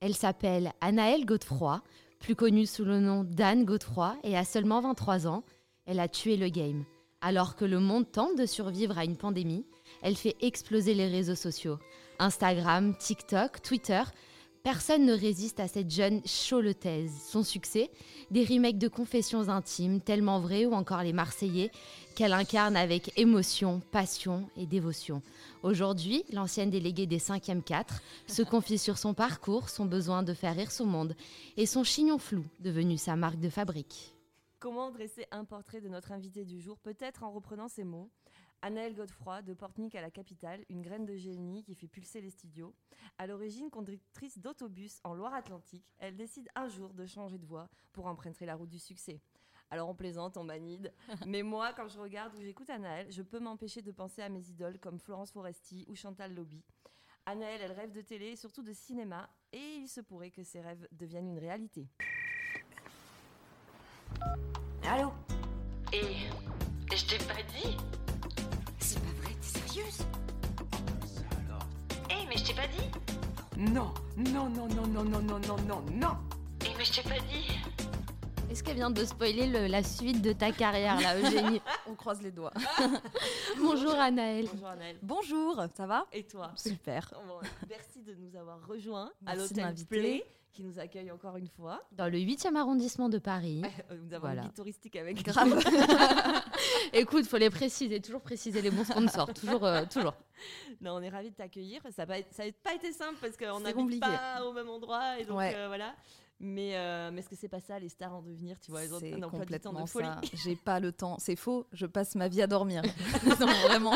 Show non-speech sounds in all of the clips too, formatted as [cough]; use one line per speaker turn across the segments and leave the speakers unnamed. Elle s'appelle Anaëlle Godefroy, plus connue sous le nom d'Anne Godefroy, et a seulement 23 ans. Elle a tué le game. Alors que le monde tente de survivre à une pandémie, elle fait exploser les réseaux sociaux. Instagram, TikTok, Twitter, personne ne résiste à cette jeune choletaise. Son succès, des remakes de confessions intimes, tellement vraies ou encore les Marseillais, qu'elle incarne avec émotion, passion et dévotion. Aujourd'hui, l'ancienne déléguée des 5e 4 se confie sur son parcours, son besoin de faire rire son monde et son chignon flou devenu sa marque de fabrique.
Comment dresser un portrait de notre invité du jour Peut-être en reprenant ces mots. Anaëlle Godefroy, de Portnic à la capitale, une graine de génie qui fait pulser les studios. À l'origine conductrice d'autobus en Loire-Atlantique, elle décide un jour de changer de voie pour emprunter la route du succès. Alors on plaisante, on manide, mais moi, quand je regarde ou j'écoute Anaëlle, je peux m'empêcher de penser à mes idoles comme Florence Foresti ou Chantal Lobby. Anaëlle, elle rêve de télé et surtout de cinéma, et il se pourrait que ses rêves deviennent une réalité.
Allô
Et je t'ai pas dit
C'est pas vrai, t'es sérieuse
alors Eh mais je t'ai pas dit
Non, non, non, non, non, non, non, non, non, non
Eh mais je t'ai pas dit
Est-ce qu'elle vient de spoiler le- la suite de ta carrière, là, Eugénie
On croise les doigts.
[laughs] Bonjour Anaëlle.
Bonjour Anaëlle.
Bonjour, ça va
Et toi
Super.
Bon, euh, merci de nous avoir rejoints à
Merci de
l'hôtel
m'inviter.
Play, qui nous accueille encore une fois. [laughs]
Dans le 8e arrondissement de Paris.
Euh, Nous avons
Voilà.
une guide touristique avec
Grave.
[laughs] Écoute, faut les préciser, toujours préciser les bons sponsors, toujours, euh, toujours.
Non, on est ravis de t'accueillir. Ça n'a pas, ça a pas été simple parce qu'on
C'est
n'habite
compliqué.
pas au même endroit. Et donc,
Ouais.
euh, voilà. Mais, euh, mais est-ce que c'est pas ça, les stars en devenir Tu vois, elles ont
C'est
un emploi du temps de
complètement
folie.
ça. J'ai pas le temps. C'est faux. Je passe ma vie à dormir. [laughs] non, vraiment.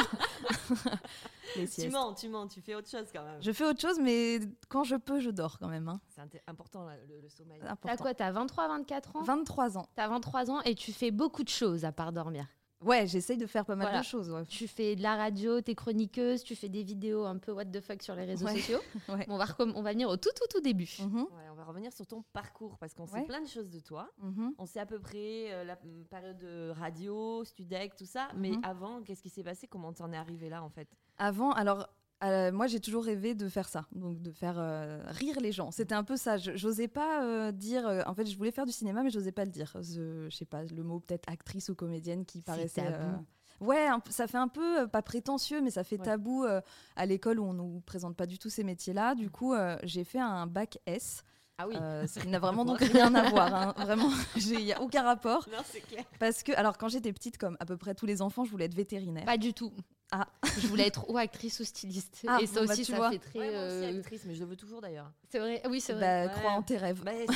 Les
Tu
siestes.
mens, tu mens, tu fais autre chose quand même.
Je fais autre chose, mais quand je peux, je dors quand même. hein.
C'est inté- important, là, le, le sommeil.
C'est
T'as
important.
quoi T'as 23, 24 ans
23 ans.
T'as 23 ans et tu fais beaucoup de choses à part dormir.
Ouais, j'essaye de faire pas mal
Voilà.
de choses. ouais.
Tu fais de la radio, t'es chroniqueuse, tu fais des vidéos un peu what the fuck sur les réseaux
Ouais.
[laughs] sociaux.
Ouais.
On, va recomm- on va venir au tout tout tout début.
Mhm,
Ouais, on va revenir sur ton parcours parce qu'on sait
Ouais.
plein de choses de toi.
mhm.
On sait à peu près euh, la mm, période de radio, Studec, tout ça. Mais
Mhm.
avant, qu'est-ce qui s'est passé Comment t'en es arrivé là en fait
Avant, alors. euh, moi, j'ai toujours rêvé de faire ça, donc de faire euh, rire les gens. C'était un peu ça. Je- J'osais pas euh, dire. euh, en fait, je voulais faire du cinéma, mais j'osais pas le dire. Je je sais pas le mot peut-être actrice ou comédienne qui paraissait.
tabou.
euh, Ouais, un p- ça fait un peu euh, pas prétentieux, mais ça fait
Ouais.
tabou euh, à l'école où on nous présente pas du tout ces métiers-là. Du coup, euh, j'ai fait un bac S.
Ah oui,
Euh, ça n'a vraiment donc rien à voir. hein. Vraiment, [laughs] il y a aucun rapport.
[laughs] non, c'est clair.
Parce que, alors, quand j'étais petite, comme à peu près tous les enfants, je voulais être vétérinaire.
Pas du tout.
Ah.
Je voulais être ou actrice ou styliste.
Ah,
et ça
bon, bah,
aussi,
tu
ça
vois.
fait très.
Ouais, moi aussi,
euh,
actrice, mais je le veux toujours d'ailleurs.
C'est vrai, oui, c'est vrai.
Bah,
Ouais.
crois en tes rêves.
Bah, [laughs] c'est vrai,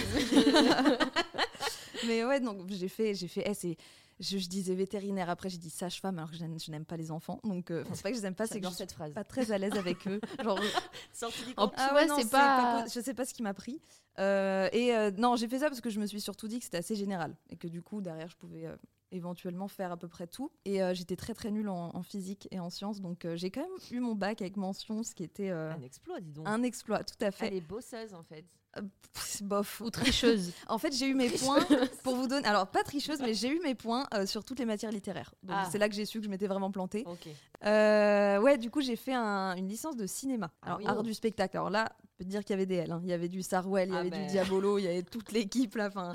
je-
Mais ouais, donc j'ai fait, j'ai fait, eh, c'est- je, je disais vétérinaire. Après, j'ai dit sage-femme, alors que je n'aime- je n'aime pas les enfants. Donc, euh, enfin, c'est pas que je les aime pas, c'est que je
J'adore
suis
cette phrase.
pas très à l'aise avec eux. Genre,
Sorti du
En
contexte.
Tu vois, c'est pas-
co- Je sais pas ce qui m'a pris. Euh, et euh, non, j'ai fait ça parce que je me suis surtout dit que c'était assez général et que du coup, derrière, je pouvais euh, éventuellement faire à peu près tout. Et euh, j'étais très très nulle en, en physique et en sciences, donc euh, j'ai quand même eu mon bac avec mention, ce qui était euh,
Un exploit, dis donc.
un exploit, tout à
Elle
fait.
est bosseuse en fait.
Euh, pff, bof.
Ou [laughs] tricheuse.
En fait, j'ai eu mes points pour vous donner. Alors, pas tricheuse, mais j'ai eu mes points euh, sur toutes les matières littéraires. Donc,
Ah.
c'est là que j'ai su que je m'étais vraiment plantée.
Ok.
Euh, ouais, du coup, j'ai fait un- une licence de cinéma.
Ah
Alors,
oui.
art du spectacle. Alors là, je peux te dire qu'il y avait des L. hein. Il y avait du Sarwell, il y
Ah
avait
ben.
du Diabolo, il y avait toute l'équipe là. Enfin,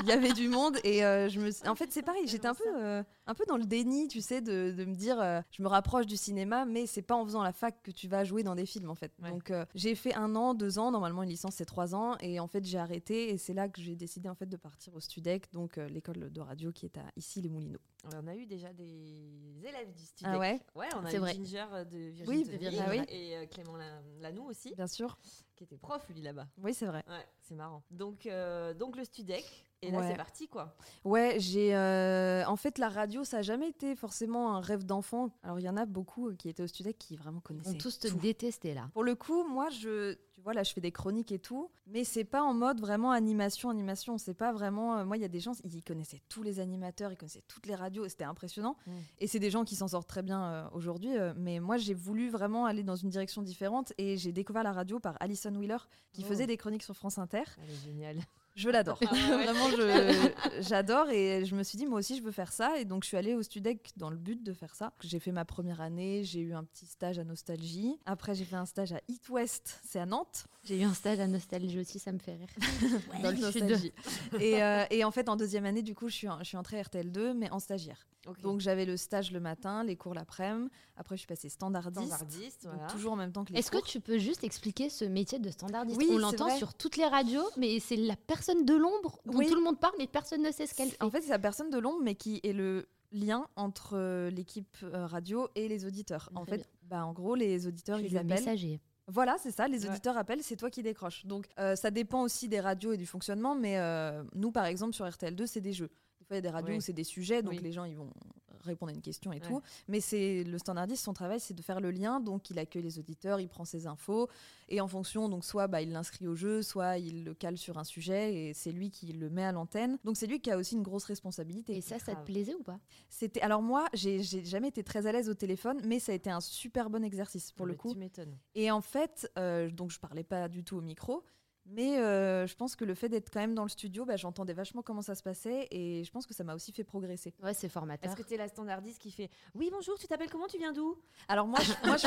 il y avait du monde. Et euh, je me, suis- en fait, c'est pareil. J'étais un peu, euh, un peu dans le déni, tu sais, de, de me dire, euh, je me rapproche du cinéma, mais c'est pas en faisant la fac que tu vas jouer dans des films en fait.
Ouais.
Donc, euh, j'ai fait un an, deux ans. Normalement, une licence c'est trois ans. Et en fait, j'ai arrêté. Et c'est là que j'ai décidé en fait de partir au Studec, donc euh, l'école de radio qui est à ici les Moulineaux.
On a eu déjà des élèves du studio.
Ah ouais,
Ouais, on a
C'est
eu
vrai.
Ginger euh, de Virginie
Oui,
Tony
Virginie,
ah oui.
et euh, Clément La- Lanoux aussi,
bien sûr.
qui était prof lui là-bas.
Oui, c'est vrai.
Ouais, c'est marrant. Donc, euh, donc le Studec, et là
Ouais.
c'est parti quoi.
Ouais, j'ai. euh, En fait, la radio, ça n'a jamais été forcément un rêve d'enfant. Alors, il y en a beaucoup euh, qui étaient au Studec qui vraiment
On
connaissaient.
tous te
tout.
détester là.
Pour le coup, moi, je. Tu vois, là, je fais des chroniques et tout, mais c'est pas en mode vraiment animation, animation. C'est pas vraiment. euh, Moi, il y a des gens, ils connaissaient tous les animateurs, ils connaissaient toutes les radios, et c'était impressionnant.
Mm.
Et c'est des gens qui s'en sortent très bien euh, aujourd'hui, euh, mais moi, j'ai voulu vraiment aller dans une direction différente, et j'ai découvert la radio par Alison Wheeler, qui
Oh.
faisait des chroniques sur France Inter.
Elle est géniale.
Je l'adore. [laughs] Vraiment, je- j'adore. Et je me suis dit, moi aussi, je veux faire ça. Et donc, je suis allée au Studec dans le but de faire ça. J'ai fait ma première année. J'ai eu un petit stage à Nostalgie. Après, j'ai fait un stage à Eat West. C'est à Nantes.
J'ai eu un stage à Nostalgie aussi, ça me fait rire. Dans le
Vive
sud.
Nostalgie. et, euh, et en fait, en deuxième année, du coup, je suis, en- je suis entrée RTL2, mais en stagiaire.
Donc,
Donc, j'avais le stage le matin, les cours l'après-midi. Après, je suis passée standardiste.
standardiste,
donc
voilà.
toujours en même temps que les
Est-ce que
cours.
tu peux juste expliquer ce métier de standardiste
Oui,
On
c'est
l'entend
vrai.
sur toutes les radios, mais c'est la personne de l'ombre dont
Oui.
tout le monde parle, mais personne ne sait ce qu'elle
C'est-
fait.
En fait, c'est la personne de l'ombre, mais qui est le lien entre euh, l'équipe euh, radio et les auditeurs. En
Très
fait, bah, en gros, les auditeurs,
Tu es
ils
le
appellent.
messager.
Voilà, c'est ça, les
Ouais.
auditeurs appellent, c'est toi qui décroches. Donc euh, ça dépend aussi des radios et du fonctionnement, mais euh, nous par exemple sur RTL2, c'est des jeux. Des fois il y a des radios
Oui.
où c'est des sujets, donc
Oui.
les gens ils vont répondre à une question et
Ouais.
tout. Mais c'est le standardiste, son travail c'est de faire le lien, donc il accueille les auditeurs, il prend ses infos, et en fonction, donc soit bah, il l'inscrit au jeu, soit il le cale sur un sujet, et c'est lui qui le met à l'antenne. Donc c'est lui qui a aussi une grosse responsabilité.
Et ça, ça te
grave.
plaisait ou pas
C'était Alors moi, j'ai j'ai jamais été très à l'aise au téléphone, mais ça a été un super bon exercice pour
Ah
le
bah,
coup.
Tu m'étonnes.
Et en fait, euh, donc je parlais pas du tout au micro, mais euh, je pense que le fait d'être quand même dans le studio, bah, j'entendais vachement comment ça se passait et je pense que ça m'a aussi fait progresser.
Ouais, c'est formateur.
Est-ce que t'es la standardiste qui fait Oui, bonjour, tu t'appelles comment Tu viens d'où
Alors moi, je, moi, je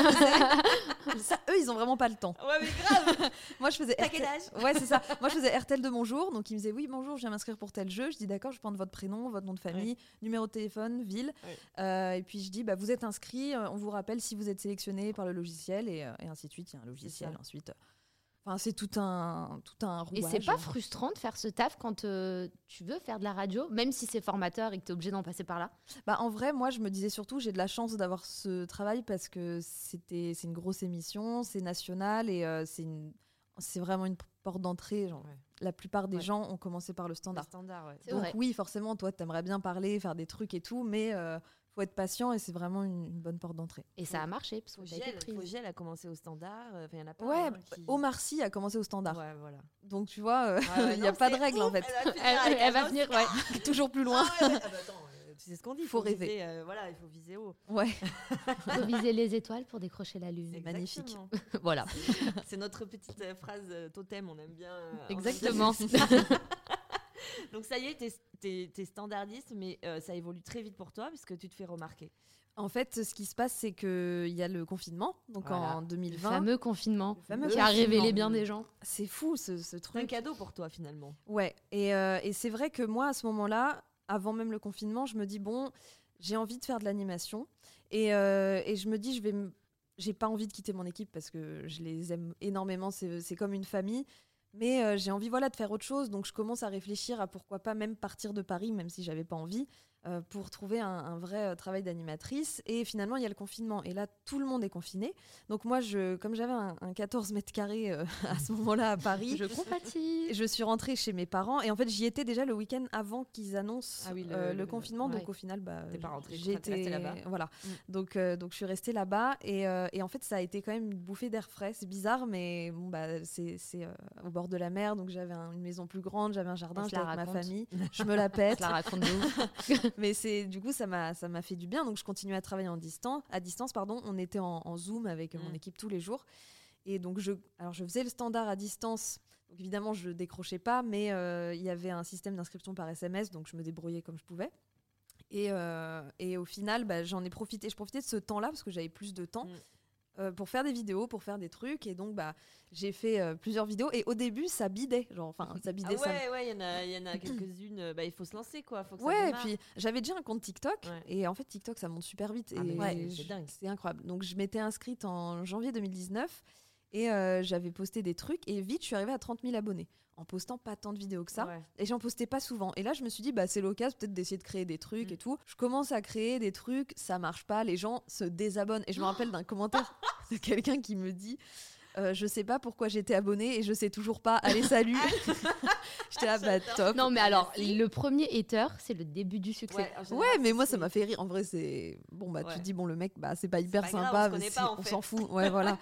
[laughs]
faisais ça. Eux, ils ont vraiment pas le temps.
Ouais, mais grave
Moi, je faisais.
T'as quel
RTL
âge
Ouais, c'est ça. Moi, je faisais RTL de bonjour, donc ils me disaient oui bonjour, je viens m'inscrire pour tel jeu. Je dis d'accord, je prends votre prénom, votre nom de famille, numéro de téléphone, ville,
Ouais.
Euh, et puis je dis bah vous êtes inscrit, euh, on vous rappelle si vous êtes sélectionné par le logiciel et, euh, et ainsi de suite. Il y a un logiciel
ça.
ensuite. Enfin, c'est tout un tout un
Et
rouage. hein.
c'est pas frustrant de faire ce taf quand euh, tu veux faire de la radio, même si c'est formateur et que tu es obligé d'en passer par là.
Bah, en vrai, moi, je me disais surtout, j'ai de la chance d'avoir ce travail parce que c'était, c'est une grosse émission, c'est national et euh, c'est une, c'est vraiment une porte d'entrée. genre,
Ouais.
La plupart des
Ouais.
gens ont commencé par le
Le
standard.
Standard, ouais.
C'est
Donc
vrai.
oui, forcément, toi, t'aimerais bien parler, faire des trucs et tout, mais euh, faut être patient et c'est vraiment une, une bonne porte d'entrée.
Et ça a marché parce que t'as été
Fogiel,
prise.
Fogiel a commencé au standard. euh, Enfin, il y en a pas
Ouais,
un qui...
Omar Sy a commencé au standard,
Ouais, voilà. Ah, bah,
donc tu vois, euh, [laughs] il n'y a pas de règle en fait.
Elle, elle va venir, ouais.
Toujours plus loin.
Ah, bah, euh, tu sais ce qu'on dit.
Faut rêver.
viser, euh, voilà, il faut viser haut.
Ouais.
Faut viser les étoiles pour décrocher la lune.
magnifique.
Exactement. [laughs]
voilà.
C'est notre petite euh, phrase euh, totem, on aime bien. euh, on aime bien
Exactement.
ça. [laughs] Donc ça y est, t'es- t'es t'es standardiste, mais euh, ça évolue très vite pour toi puisque tu te fais remarquer.
[laughs] En fait, ce qui se passe, c'est que il y a le confinement, donc
Voilà.
en
Le
2020.
fameux confinement
Le fameux
qui a révélé
confinement.
bien des gens.
C'est fou ce, ce
C'est un
truc.
cadeau pour toi finalement.
Ouais, et, euh, et c'est vrai que moi, à ce moment-là, avant même le confinement, je me dis, bon, j'ai envie de faire de l'animation. Et, euh, et je me dis, je vais. me- J'ai pas envie de quitter mon équipe parce que je les aime énormément, c'est c'est comme une famille. Mais euh, j'ai envie voilà, de faire autre chose, donc je commence à réfléchir à pourquoi pas même partir de Paris, même si j'avais pas envie, euh, pour trouver un, un vrai euh, travail d'animatrice. Et finalement, il y a le confinement. Et là, tout le monde est confiné. Donc moi, je, comme j'avais un, un 14 mètres carrés euh, [laughs] à ce moment-là à Paris,
Je compatis.
je suis rentrée chez mes parents et en fait j'y étais déjà le week-end avant qu'ils annoncent
Ah oui, le-
euh, le,
le-
confinement
ouais.
donc au final bah,
T'es pas rentrée,
j'ai
t'es restée
été
là-bas.
voilà
Mm.
donc euh, donc je suis restée là-bas et, euh, et en fait ça a été quand même une bouffée d'air frais c'est bizarre mais bon bah c'est c'est, euh, au bord de la mer donc j'avais un- une maison plus grande j'avais un jardin
se
j'étais
la
avec ma
raconte.
[laughs]
famille je me la pète
Je la raconte de ouf.
[laughs] mais c'est du coup ça m'a ça m'a fait du bien donc je continuais à travailler en distance à distance pardon on était en, en zoom avec euh, mon
Mm.
équipe tous les jours et donc je alors je faisais le standard à distance donc évidemment je décrochais pas mais euh, il y avait un système d'inscription par SMS donc je me débrouillais comme je pouvais et, euh, et au final bah, j'en ai profité je profitais de ce temps là parce que j'avais plus de temps
Mm.
euh, pour faire des vidéos, pour faire des trucs, et donc bah j'ai fait euh, plusieurs vidéos. Et au début, ça bidait, genre enfin ça
Ah
bidait, ça
ouais, ouais, il y en a, il y en a quelques-unes. euh, Bah, il faut se lancer quoi. Faut que ça
Ouais, et
démarre.
puis j'avais déjà un compte TikTok
Ouais.
et en fait TikTok ça monte super vite
Ah, mais
et
ouais,
je-
c'est dingue.
c'est incroyable. Donc je m'étais inscrite en janvier 2019 et euh, j'avais posté des trucs et vite je suis arrivée à 30 000 abonnés en postant pas tant de vidéos que ça
Ouais.
et j'en postais pas souvent. Et là je me suis dit bah c'est l'occasion peut-être d'essayer de créer des trucs
Mm.
et tout. Je commence à créer des trucs, ça marche pas, les gens se désabonnent
[gasps]
et je me rappelle d'un commentaire de quelqu'un qui me dit euh, je sais pas pourquoi j'étais abonnée et je sais toujours pas. Allez salut. [laughs]
[laughs]
J'étais là bah
Ah. J'adore.
top.
Non, mais alors,
Merci.
le premier hater, c'est le début du succès.
Ouais, en général,
Ouais, mais moi
c'est-
ça m'a fait rire. En vrai, c'est bon bah tu
Ouais.
te dis bon le mec bah c'est pas hyper
pas grave,
sympa,
on se
mais
connaît
c'est-
pas, en
on
fait.
s'en fout.
[laughs]
Ouais, voilà.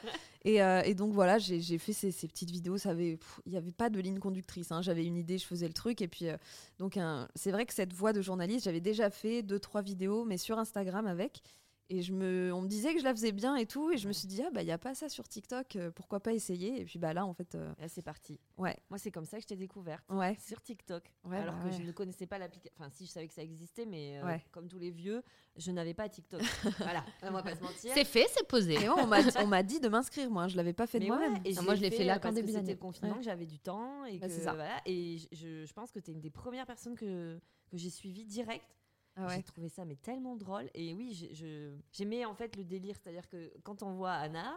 et, euh, et donc voilà, j'ai j'ai fait ces, ces petites vidéos. Ça avait, pff, il y avait pas de ligne conductrice. hein. J'avais une idée, je faisais le truc et puis euh, donc un- c'est vrai que cette voix de journaliste, j'avais déjà fait deux trois vidéos, mais sur Instagram avec. Et je me, on me disait que je la faisais bien et tout, et je me suis dit ah bah il y a pas ça sur TikTok, euh, pourquoi pas essayer Et puis bah là en fait, euh,
Là, c'est parti.
ouais,
Moi, c'est comme ça que je t'ai découverte.
ouais,
[laughs] Sur TikTok.
Ouais,
alors
bah
que
ouais.
je ne connaissais pas l'application. Enfin, si je savais que ça existait, mais euh,
Ouais.
comme tous les vieux, je n'avais pas
[laughs]
TikTok. voilà, on va pas se mentir.
C'est fait, c'est posé.
Et moi, on m'a- on m'a dit de m'inscrire, moi. hein. Je l'avais pas fait de
Mais
moi-même.
ouais, et
Ah, moi, je l'ai fait là
euh,
qu'en
parce
début
que
d'année.
C'était le confinement,
Ouais.
que j'avais du temps et
Bah,
que
c'est ça.
voilà. Et je- je, je pense que tu es une des premières personnes que que j'ai suivie direct.
Ah
J'ai [laughs]
ouais.
trouvé ça mais tellement drôle et oui j'ai- je- j'aimais en fait le délire c'est-à-dire que quand on voit Anna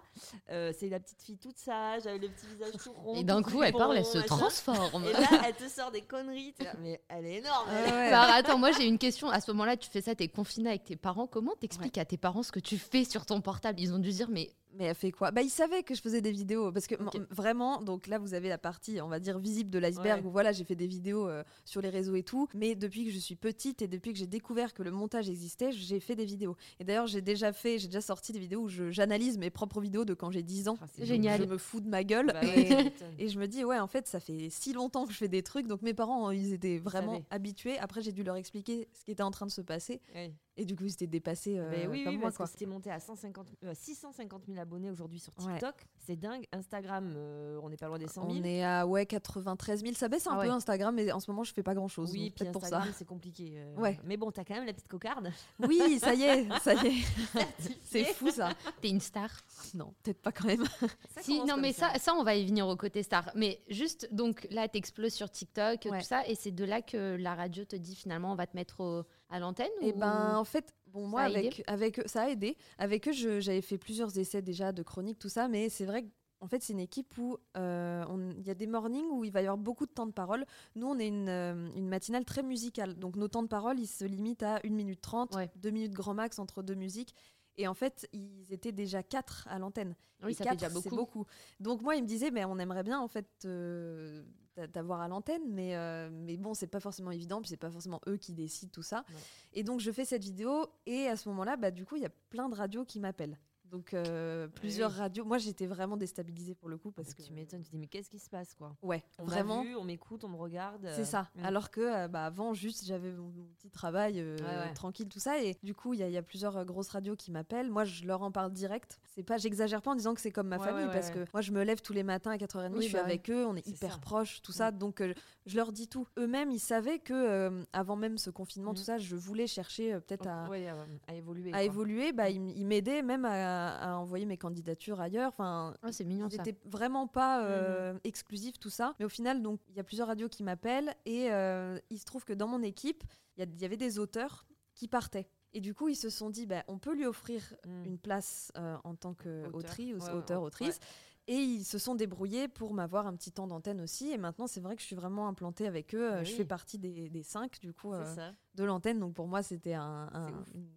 euh, c'est la petite fille toute sage avec le petit visage tout rond
Et d'un
tout
coup, elle
fripon,
parle, elle se
machin.
transforme.
et là
[laughs]
elle te sort des conneries t'es là, mais elle est énorme
Ah
elle.
ouais.
Alors, Bah, attends, moi j'ai une question. À ce moment-là, tu fais ça, t'es confiné avec tes parents. Comment t'expliques à tes parents ce que tu fais sur ton portable Ils ont dû dire, mais
Mais elle fait quoi Bah, il savait que je faisais des vidéos parce que m- m- vraiment, donc là, vous avez la partie, on va dire visible de l'iceberg
Ouais.
où voilà, j'ai fait des vidéos euh, sur les réseaux et tout. Mais depuis que je suis petite et depuis que j'ai découvert que le montage existait, j'ai fait des vidéos. Et d'ailleurs, j'ai déjà fait, j'ai déjà sorti des vidéos où je- j'analyse mes propres vidéos de quand j'ai 10 ans.
Ah, c'est
Génial.
Je me fous de ma gueule.
Bah ouais, [laughs]
et-
tu m'étonnes.
[laughs] Et je me dis, ouais, en fait, ça fait si longtemps que je fais des trucs. Donc mes parents, euh, ils étaient vraiment
savaient.
habitués. Après, j'ai dû leur expliquer ce qui était en train de se passer.
Ouais.
Et du coup, ils étaient dépassés euh,
Mais Ben oui,
comme
oui,
moi,
parce
quoi.
que c'était monté à 150, euh, 650 000 abonnés aujourd'hui sur
Ouais.
TikTok. C'est dingue. Instagram, euh, on n'est pas loin des 100 000.
On est à ouais 93 000. Ça baisse un
Ah
peu
ouais.
Instagram, mais en ce moment je fais pas grand chose.
Oui, puis
peut-être pour ça.
Instagram, c'est compliqué. euh,
[laughs] Ouais.
Mais bon, t'as quand même la petite cocarde.
Oui, ça y est, ça y est. c'est fou ça.
t'es une star.
Non, peut-être pas quand même.
[laughs] Ça
Si,
commence
non,
comme
mais ça. Ça, on va y venir au côté star. Mais juste, donc là, t'exploses sur TikTok,
Ouais.
tout ça, et c'est de là que la radio te dit finalement, on va te mettre au- à l'antenne
Et
ou- Ah
ben en fait, bon moi
a
avec avec eux- ça a aidé. Avec eux, je- j'avais fait plusieurs essais déjà de chronique tout ça, mais c'est vrai que en fait, c'est une équipe où euh, on- il y a des mornings où il va y avoir beaucoup de temps de parole. Nous, on est une, euh, une matinale très musicale. Donc, nos temps de parole, ils se limitent à 1 minute 30,
Ouais.
2 minutes grand max entre deux musiques. Et en fait, ils étaient déjà 4 à l'antenne.
Oui,
Et
ça fait
quatre,
déjà
c'est
beaucoup.
Donc moi, il me disait, mais on aimerait bien en fait euh, t'a- t'avoir à l'antenne, mais euh, mais bon, c'est pas forcément évident, puis c'est pas forcément eux qui décident tout ça.
Ouais.
Et donc je fais cette vidéo, et à ce moment-là, bah du coup, il y a plein de radios qui m'appellent. Donc euh, plusieurs
oui.
radios. Moi, j'étais vraiment déstabilisée pour le coup parce
Parce
que
que tu m'étonnes, tu te dis, mais qu'est-ce qui se passe, quoi
ouais,
On m'a
vraiment.
vu, on m'écoute, on me regarde. euh,
C'est ça.
mm.
Alors que euh, bah, avant, juste, j'avais mon, mon petit travail euh,
Ouais, ouais.
tranquille, tout ça. Et du coup, il y, a- il y a plusieurs euh, grosses radios qui m'appellent. Moi, je leur en parle direct. C'est pas, j'exagère pas en disant que c'est comme ma
Ouais,
famille,
ouais, ouais,
parce
ouais.
que moi, je me lève tous les matins à 4h30,
Oui,
je suis
bah ouais.
avec eux, on est
C'est
hyper
ça. Mm.
proches, tout ça. Donc, euh, je leur dis tout. Eux-mêmes, ils savaient que euh, avant même ce confinement,
Mm. Oh,
tout ça, je voulais chercher euh, peut-être à,
Ouais, Mm. à, à évoluer.
à
quoi.
évoluer. Bah, ils m- ils m'aidaient même à, à envoyer mes candidatures ailleurs. Enfin,
Ah, c'est mignon ça.
c'était vraiment
Mmh,
pas euh, exclusif tout ça. Mais au final, donc il y a plusieurs radios qui m'appellent et euh, il se trouve que dans mon équipe, il y a- il y, avait des auteurs qui partaient. Et du coup, ils se sont dit, bah, on peut lui offrir
Mm.
une place euh, en tant qu'autrice,
Auteur. Ouais,
auteur,
ouais,
autrice. Et ils se sont débrouillés pour m'avoir un petit temps d'antenne aussi. Et maintenant, c'est vrai que je suis vraiment implantée avec eux.
Mais Bah
Je
oui.
fais partie des, des cinq, du coup, euh,
C'est ça.
de l'antenne. Donc pour moi, c'était un. un-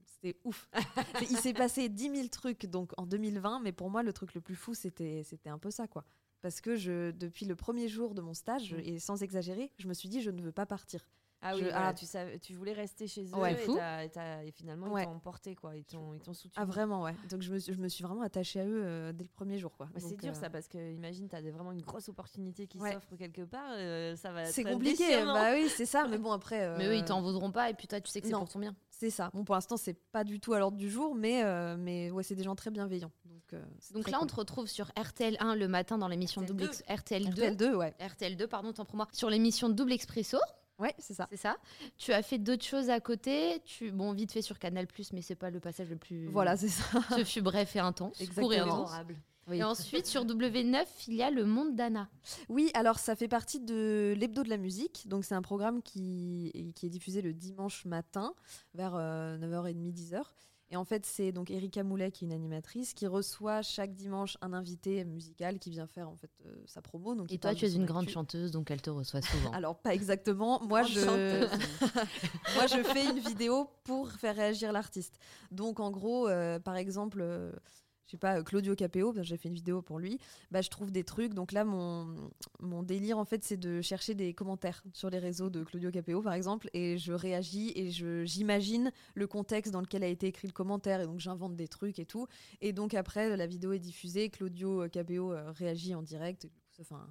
C'était ouf. [laughs] C'est- Il s'est passé 10 000 trucs donc en 2020, mais pour moi, le truc le plus fou, c'était c'était un peu ça, quoi. Parce que je, depuis le premier jour de mon stage,
Mm.
et sans exagérer, je me suis dit, je ne veux pas partir.
Ah oui,
Je-
voilà,
ah.
tu, savais- tu voulais rester chez eux
Ouais.
et,
Fou.
t'as- et t'as- et finalement,
Ouais.
ils t'ont emporté, quoi. Ils t'ont ils t'ont soutenu.
Ah, vraiment, ouais. Donc je me, suis- je me suis vraiment attachée à eux euh, dès le premier jour, quoi.
Bah, c'est
Donc,
dur
euh,
ça parce que imagine t'as des- vraiment une grosse opportunité qui
Ouais.
s'offre quelque part euh, ça va
C'est
être un
compliqué,
déchirement.
bah oui, c'est
[laughs]
ça, mais bon, après.
Mais eux, ils
euh,
t'en voudront pas, et puis toi, tu sais que c'est
non.
pour ton bien.
C'est ça. Bon, pour l'instant, c'est pas du tout à l'ordre du jour, mais, euh, mais ouais, c'est des gens très bienveillants. Donc, euh, c'est
Donc
très
là, on
cool.
te retrouve sur RTL1 le matin dans l'émission
RTL2.
Double Ex- RTL2.
RTL2, ouais.
RTL2, pardon, tant pour moi. Sur l'émission Double Expresso,
Ouais, c'est ça.
c'est ça. Tu as fait d'autres choses à côté. Tu, bon, vite fait sur Canal+, mais c'est pas le passage le plus.
Voilà, c'est ça.
[laughs] Ce fut bref et intense.
Exactement.
Court et intense.
Mémorable.
Oui.
Et ensuite, sur W9, il y a le monde d'Anna.
Oui, alors ça fait partie de l'hebdo de la musique. Donc c'est un programme qui, et qui est diffusé le dimanche matin vers euh, 9h30, 10h. Et en fait, c'est donc Erika Moulet qui est une animatrice qui reçoit chaque dimanche un invité musical qui vient faire en fait euh, sa promo. Donc
Et
il
toi,
parle
tu
de
es
son
une grande
actu.
chanteuse, donc elle te reçoit souvent.
Alors pas exactement. Moi
Grande
je
chanteuse.
moi je fais une vidéo pour faire réagir l'artiste. Donc en gros, euh, par exemple, euh, je sais pas, euh, Claudio Capéo, parce que j'ai fait une vidéo pour lui, bah, je trouve des trucs. Donc là, mon, mon délire, en fait, c'est de chercher des commentaires sur les réseaux de Claudio Capéo, par exemple, et je réagis et je, j'imagine le contexte dans lequel a été écrit le commentaire, et donc j'invente des trucs et tout. Et donc après, la vidéo est diffusée, Claudio Capéo euh, réagit en direct, et du coup, ça fait un,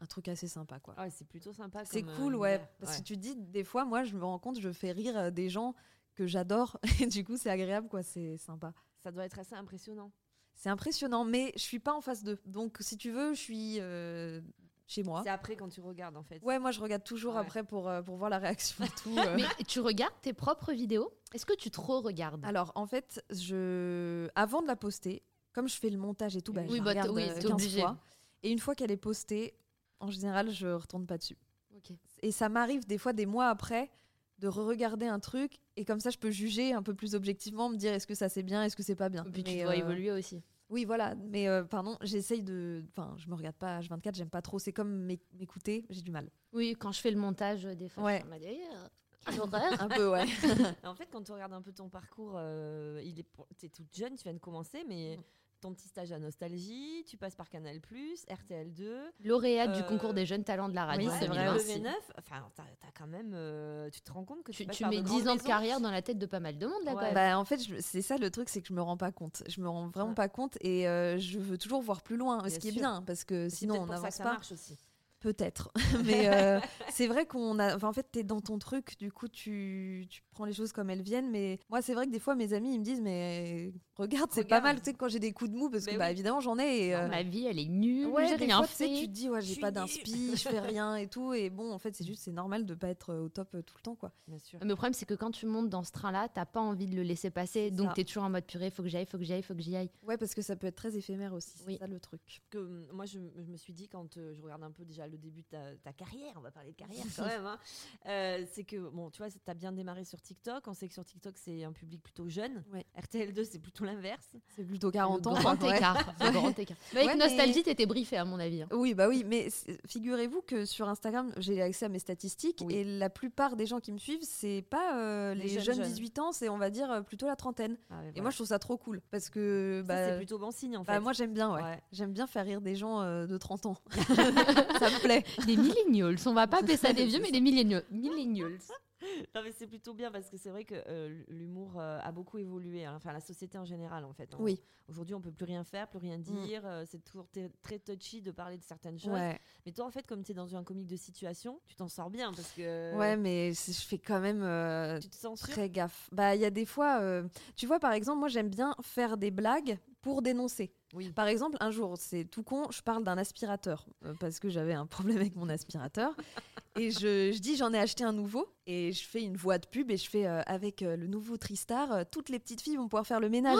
un truc assez sympa, quoi.
Ah [laughs] ouais, c'est plutôt sympa
C'est
comme, euh,
cool, ouais.
univers.
Parce
Ouais.
que tu te dis, des fois, moi, je me rends compte, je fais rire euh, des gens que j'adore. [laughs] Et du coup, c'est agréable, quoi. C'est sympa.
Ça doit être assez impressionnant.
C'est impressionnant, mais je suis pas en face d'eux. Donc, si tu veux, je suis euh, chez moi.
C'est après quand tu regardes en fait.
Ouais, moi, je regarde toujours
Ouais.
après pour, euh, pour voir la réaction et tout. euh.
Mais tu regardes tes propres vidéos Est-ce que tu trop regardes
Alors, en fait, je... avant de la poster, comme je fais le montage et tout, bah,
Oui,
je
bah,
regarde
oui,
euh,
t'es
15
obligée.
fois. Et une fois qu'elle est postée, en général, je retourne pas dessus.
Ok.
Et ça m'arrive des fois, des mois après, de re-regarder un truc. Et comme ça, je peux juger un peu plus objectivement, me dire est-ce que ça c'est bien, est-ce que c'est pas bien.
Et puis tu
Mais,
dois
euh,
évoluer aussi.
Oui, voilà. Mais euh, pardon, j'essaye de. Enfin, je me regarde pas H24, j'aime pas trop. C'est comme m'éc- m'écouter, j'ai du mal.
Oui, quand je fais le montage euh, des fois, je
Ouais.
suis en mode, Eh, euh, quelle
[laughs]
horreur. [laughs]
Un peu, ouais.
[laughs] En fait, quand tu regardes un peu ton parcours, euh, il est, t'es toute jeune, tu viens de commencer, mais
Mm.
ton petit stage à Nostalgie, tu passes par Canal+, RTL2,
Lauréate du
Euh,
concours des jeunes talents de la radio
oui, c'est vrai
2026.
aussi.
W9, E enfin, t'as, t'as quand même, euh, tu te rends compte que tu,
Tu,
passes
tu
par
mets 10
grandes
ans de
maisons.
carrière dans la tête de pas mal de monde là quand
Ouais.
même.
Bah, en fait, je- c'est ça le truc, c'est que je me rends pas compte. Je me rends vraiment
Ouais.
pas compte et euh, je veux toujours voir plus loin, ce
Bien
qui est
sûr.
bien, parce que
C'est
sinon
peut-être
on
pour ça que
n'avance
ça
pas.
marche aussi.
Peut-être.
[laughs]
[laughs] Mais euh, c'est vrai qu'on a. Enfin, en fait, t'es dans ton truc, du coup, tu, tu prends les choses comme elles viennent. Mais moi, c'est vrai que des fois, mes amis, ils me disent Mais regarde, c'est pas
Regarde.
mal, tu sais, quand j'ai des coups de mou, parce que,
Mais
bah,
oui.
évidemment, j'en ai. Et, euh,
Ma vie, elle est nulle,
Ouais,
j'ai
des
rien
fois, tu sais,
fait.
tu te dis, ouais, j'ai
Je
pas
suis [laughs]
d'inspi, je fais rien et tout. Et bon, en fait, c'est juste, c'est normal de pas être au top euh, tout le temps, quoi.
Bien sûr.
Mais le problème, c'est que quand tu montes dans ce train-là, t'as pas envie de le laisser passer.
C'est
Donc
ça.
t'es toujours en mode purée, faut que j'aille, faut que j'aille, faut que j'y aille.
Ouais, parce que ça peut être très éphémère aussi, c'est
Oui.
ça le truc.
que hum, moi je, m- je me suis dit quand euh, je regarde un peu déjà le début de ta, ta carrière, on va parler de carrière
[laughs]
quand même, hein, euh, c'est que bon tu vois c'est- t'as bien démarré sur TikTok, on sait que sur TikTok c'est un public plutôt jeune,
Ouais.
RTL2 c'est plutôt l'inverse.
C'est plutôt 40
Le
ans.
grand
quoi, ouais.
écart.
[laughs]
le grand écart. Mais avec
Ouais, mais-
Nostalgie, t'étais briefé à mon avis. hein.
Oui, bah oui, mais c'est- figurez-vous que sur Instagram, j'ai accès à mes statistiques
Oui.
et la plupart des gens qui me suivent, c'est pas euh,
Les
les,
jeunes
jeunes,
jeunes.
18 ans, c'est on va dire euh, plutôt la trentaine. Et moi, je trouve ça trop cool parce que bah,
c'est plutôt bon signe en fait.
bah, moi j'aime bien, ouais.
Ouais.
J'aime bien faire rire des gens euh, de 30 ans. [laughs] ça me plaît.
Des millennials. On va pas appeler ça des vieux, mais des millennials. millennials.
[laughs] Non, mais c'est plutôt bien parce que c'est vrai que euh, l'humour euh, a beaucoup évolué, hein. enfin la société en général en fait. On-
Oui, Mm.
Aujourd'hui on peut plus rien faire, plus rien dire, euh, c'est toujours t- très touchy de parler de certaines choses.
ouais.
Mais toi en fait comme tu es dans un comique de situation, tu t'en sors bien parce que
ouais, mais c'est- je fais quand même euh,
tu te sens sûr.
très gaffe. Bah, il y a des fois, euh, tu vois, par exemple, moi j'aime bien faire des blagues pour dénoncer.
Oui.
Par exemple, un jour, c'est tout con, je parle d'un aspirateur euh, parce que j'avais un problème avec
[laughs]
mon aspirateur. Et je, je dis, j'en ai acheté un nouveau. Et je fais une voix de pub et je fais euh, avec euh, le nouveau Tristar, euh, toutes les petites filles vont pouvoir faire le ménage.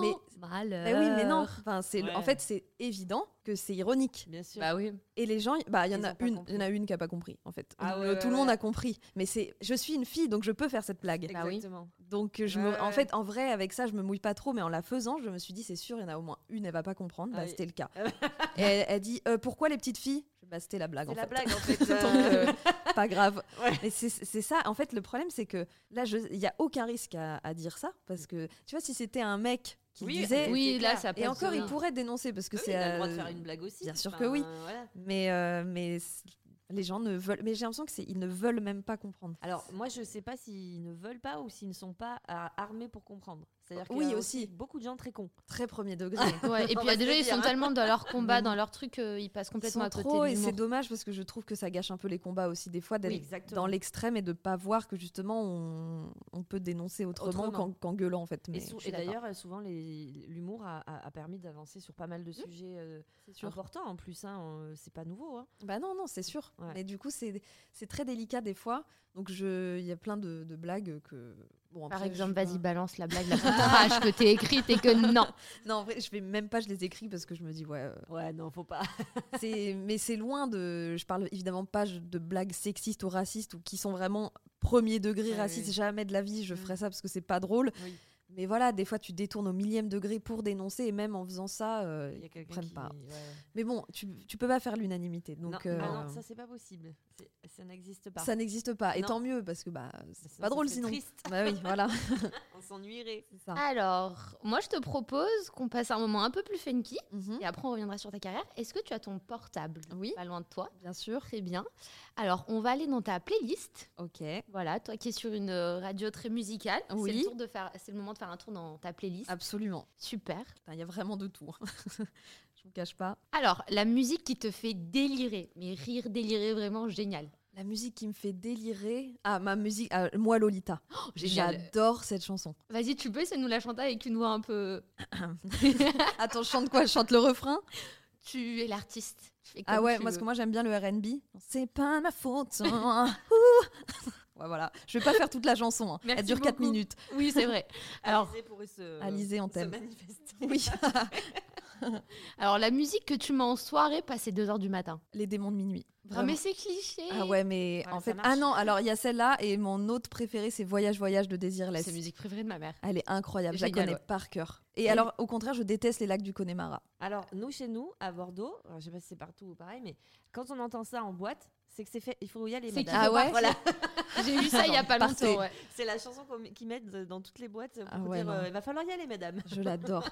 mais
Oh, malheur.
bah oui, mais non. Enfin, c'est
Oh Ouais.
En fait, c'est évident que c'est ironique.
Bien sûr.
Bah oui.
Et les gens, bah il y en
Ils
a
ont pas
une,
compris.
il y en a une qui a pas compris en fait.
Ah
Le-
ouais,
tout
ouais,
le monde
ouais.
a compris, mais c'est, je suis une fille donc je peux faire cette blague.
Bah oui.
Exactement.
Donc je
Ouais,
me,
ouais,
en
ouais.
fait, en vrai, avec ça, je me mouille pas trop, mais en la faisant, je me suis dit, c'est sûr, il y en a au moins une, elle va pas comprendre. Bah,
[laughs] Ah oui.
c'était le cas. Et elle, elle dit, Euh, pourquoi les petites filles Je fais, Bah, c'était la blague. en
C'est la
fait.
blague [laughs] en fait.
[laughs] Donc,
euh,
euh,
[laughs]
pas grave.
Ouais.
Mais c'est- c'est ça. En fait, le problème, c'est que là, je- il y a aucun risque à, à dire ça, parce que tu vois, si c'était un mec qui
Oui,
disait,
Oui,
c'est
là,
clair.
ça passe
et encore, il
bien.
pourrait dénoncer, parce que
oui,
c'est.
on a le droit de
euh,
faire une blague aussi.
bien sûr que oui.
voilà.
Mais euh, mais c'est- les gens ne veulent. Mais j'ai l'impression que c'est, ils ne veulent même pas comprendre.
Alors moi je sais pas s'ils ne veulent pas ou s'ils ne sont pas euh, armés pour comprendre. C'est-à-dire qu'il y
Oui,
a
aussi.
beaucoup de gens très cons.
Très premier
[laughs]
degré.
Ouais, et
On
puis ah,
va se
déjà,
le
ils
dire,
sont
hein.
tellement dans leur combat, dans leur truc, euh, ils passent
Ils
complètement
sont
à côté
trop
de
et c'est
l'humour.
dommage parce que je trouve que ça gâche un peu les combats aussi des fois
Oui,
d'être
exactement.
dans l'extrême et de pas voir que justement on, on peut dénoncer autrement,
Autrement.
qu'en qu'en gueulant en fait. Mais
Et, sou-
je suis
et
d'accord.
d'ailleurs euh, souvent les- l'humour a, a- a permis d'avancer sur pas mal de sujets euh, importants en plus. hein, on- C'est pas nouveau. hein.
bah non non c'est sûr.
Ouais.
Mais du coup c'est c'est très délicat des fois. Donc je il y a plein de, de blagues que bon
Par
après, je
exemple,
suis
vas-y, bah.
pas-
balance la
[laughs]
blague la plus trash que t'es écrite et que non.
Non en vrai je vais même pas je les écris parce que je me dis ouais euh,
Ouais non faut pas.
c'est [laughs] mais c'est loin de je parle évidemment pas je- de blagues sexistes ou racistes ou qui sont vraiment premier degré
Ouais,
racistes
oui.
jamais de la vie je ferai ça parce que c'est pas drôle
[laughs] Oui.
mais voilà des fois tu détournes au millième degré pour dénoncer et même en faisant ça euh,
Il y a
ils
quelqu'un
comprennent
qui.
pas
ouais.
mais bon tu, tu peux pas faire l'unanimité donc
non,
euh,
ah non, ça c'est pas possible. C'est- Ça n'existe pas.
ça n'existe pas et
Non.
tant mieux parce que bah
Bah,
c'est pas drôle
ça serait
sinon
Triste.
bah oui
[laughs]
voilà
On s'ennuierait.
c'est ça
Alors, moi, je te propose qu'on passe un moment un peu plus funky
Mhm.
et après, on reviendra sur ta carrière. Est-ce que tu as ton portable
Ah oui
Pas loin de toi.
bien sûr
Très bien. Alors, on va aller dans ta playlist.
ok
Voilà, toi qui es sur une euh, radio très musicale, c'est
Oui.
le, tour de faire, c'est le moment de faire un tour dans ta playlist.
absolument
Super.
Putain, il y a vraiment de tout hein. [laughs] je vous cache pas
Alors, la musique qui te fait délirer, mais rire, délirer, vraiment génial.
La musique qui me fait délirer. Ah, ma musique. ah, moi, Lolita.
génial.
J'adore cette chanson.
Oh, Vas-y, tu peux essayer de nous la chanter avec une voix un peu.
Attends, je chante quoi Je chante le refrain
[coughs] Tu es l'artiste. Tu fais
Ah
comme
ouais,
tu
parce
veux.
que moi, j'aime bien le RB. C'est pas ma faute. hein. Ouh. ouais, voilà. Je vais pas faire toute la chanson. hein.
Merci
Elle dure 4
beaucoup.
minutes.
Oui, c'est vrai. Alors,
Alizé pourrait se,
Alizé en
se
thème.
manifester.
Oui.
alors, la musique que tu mets en soirée passe les 2h du matin.
Les démons de minuit.
Ah,
Vraiment.
mais c'est cliché.
Ah ouais, mais
Ouais,
en
ça
fait.
marche.
Ah non, alors il y a celle-là et mon autre préféré, c'est Voyage, Voyage de Désirless.
C'est la musique préférée de ma mère.
Elle est incroyable, je la
Génial,
connais
ouais.
par cœur. Et alors, au contraire, je déteste les lacs du Connemara.
Alors, nous, chez nous, à Bordeaux, alors, je sais pas si c'est partout ou pareil, mais quand on entend ça en boîte, c'est que c'est fait, il faut y aller.
C'est
madame.
qu'il faut
Ah ouais
Voilà,
J'ai vu ça il y [laughs] a pas
Partez.
longtemps. ouais.
c'est la chanson qu'on- qu'ils mettent dans toutes les boîtes pour
Ah ouais,
dire
non.
euh, il va falloir y aller, madame.
Je l'adore.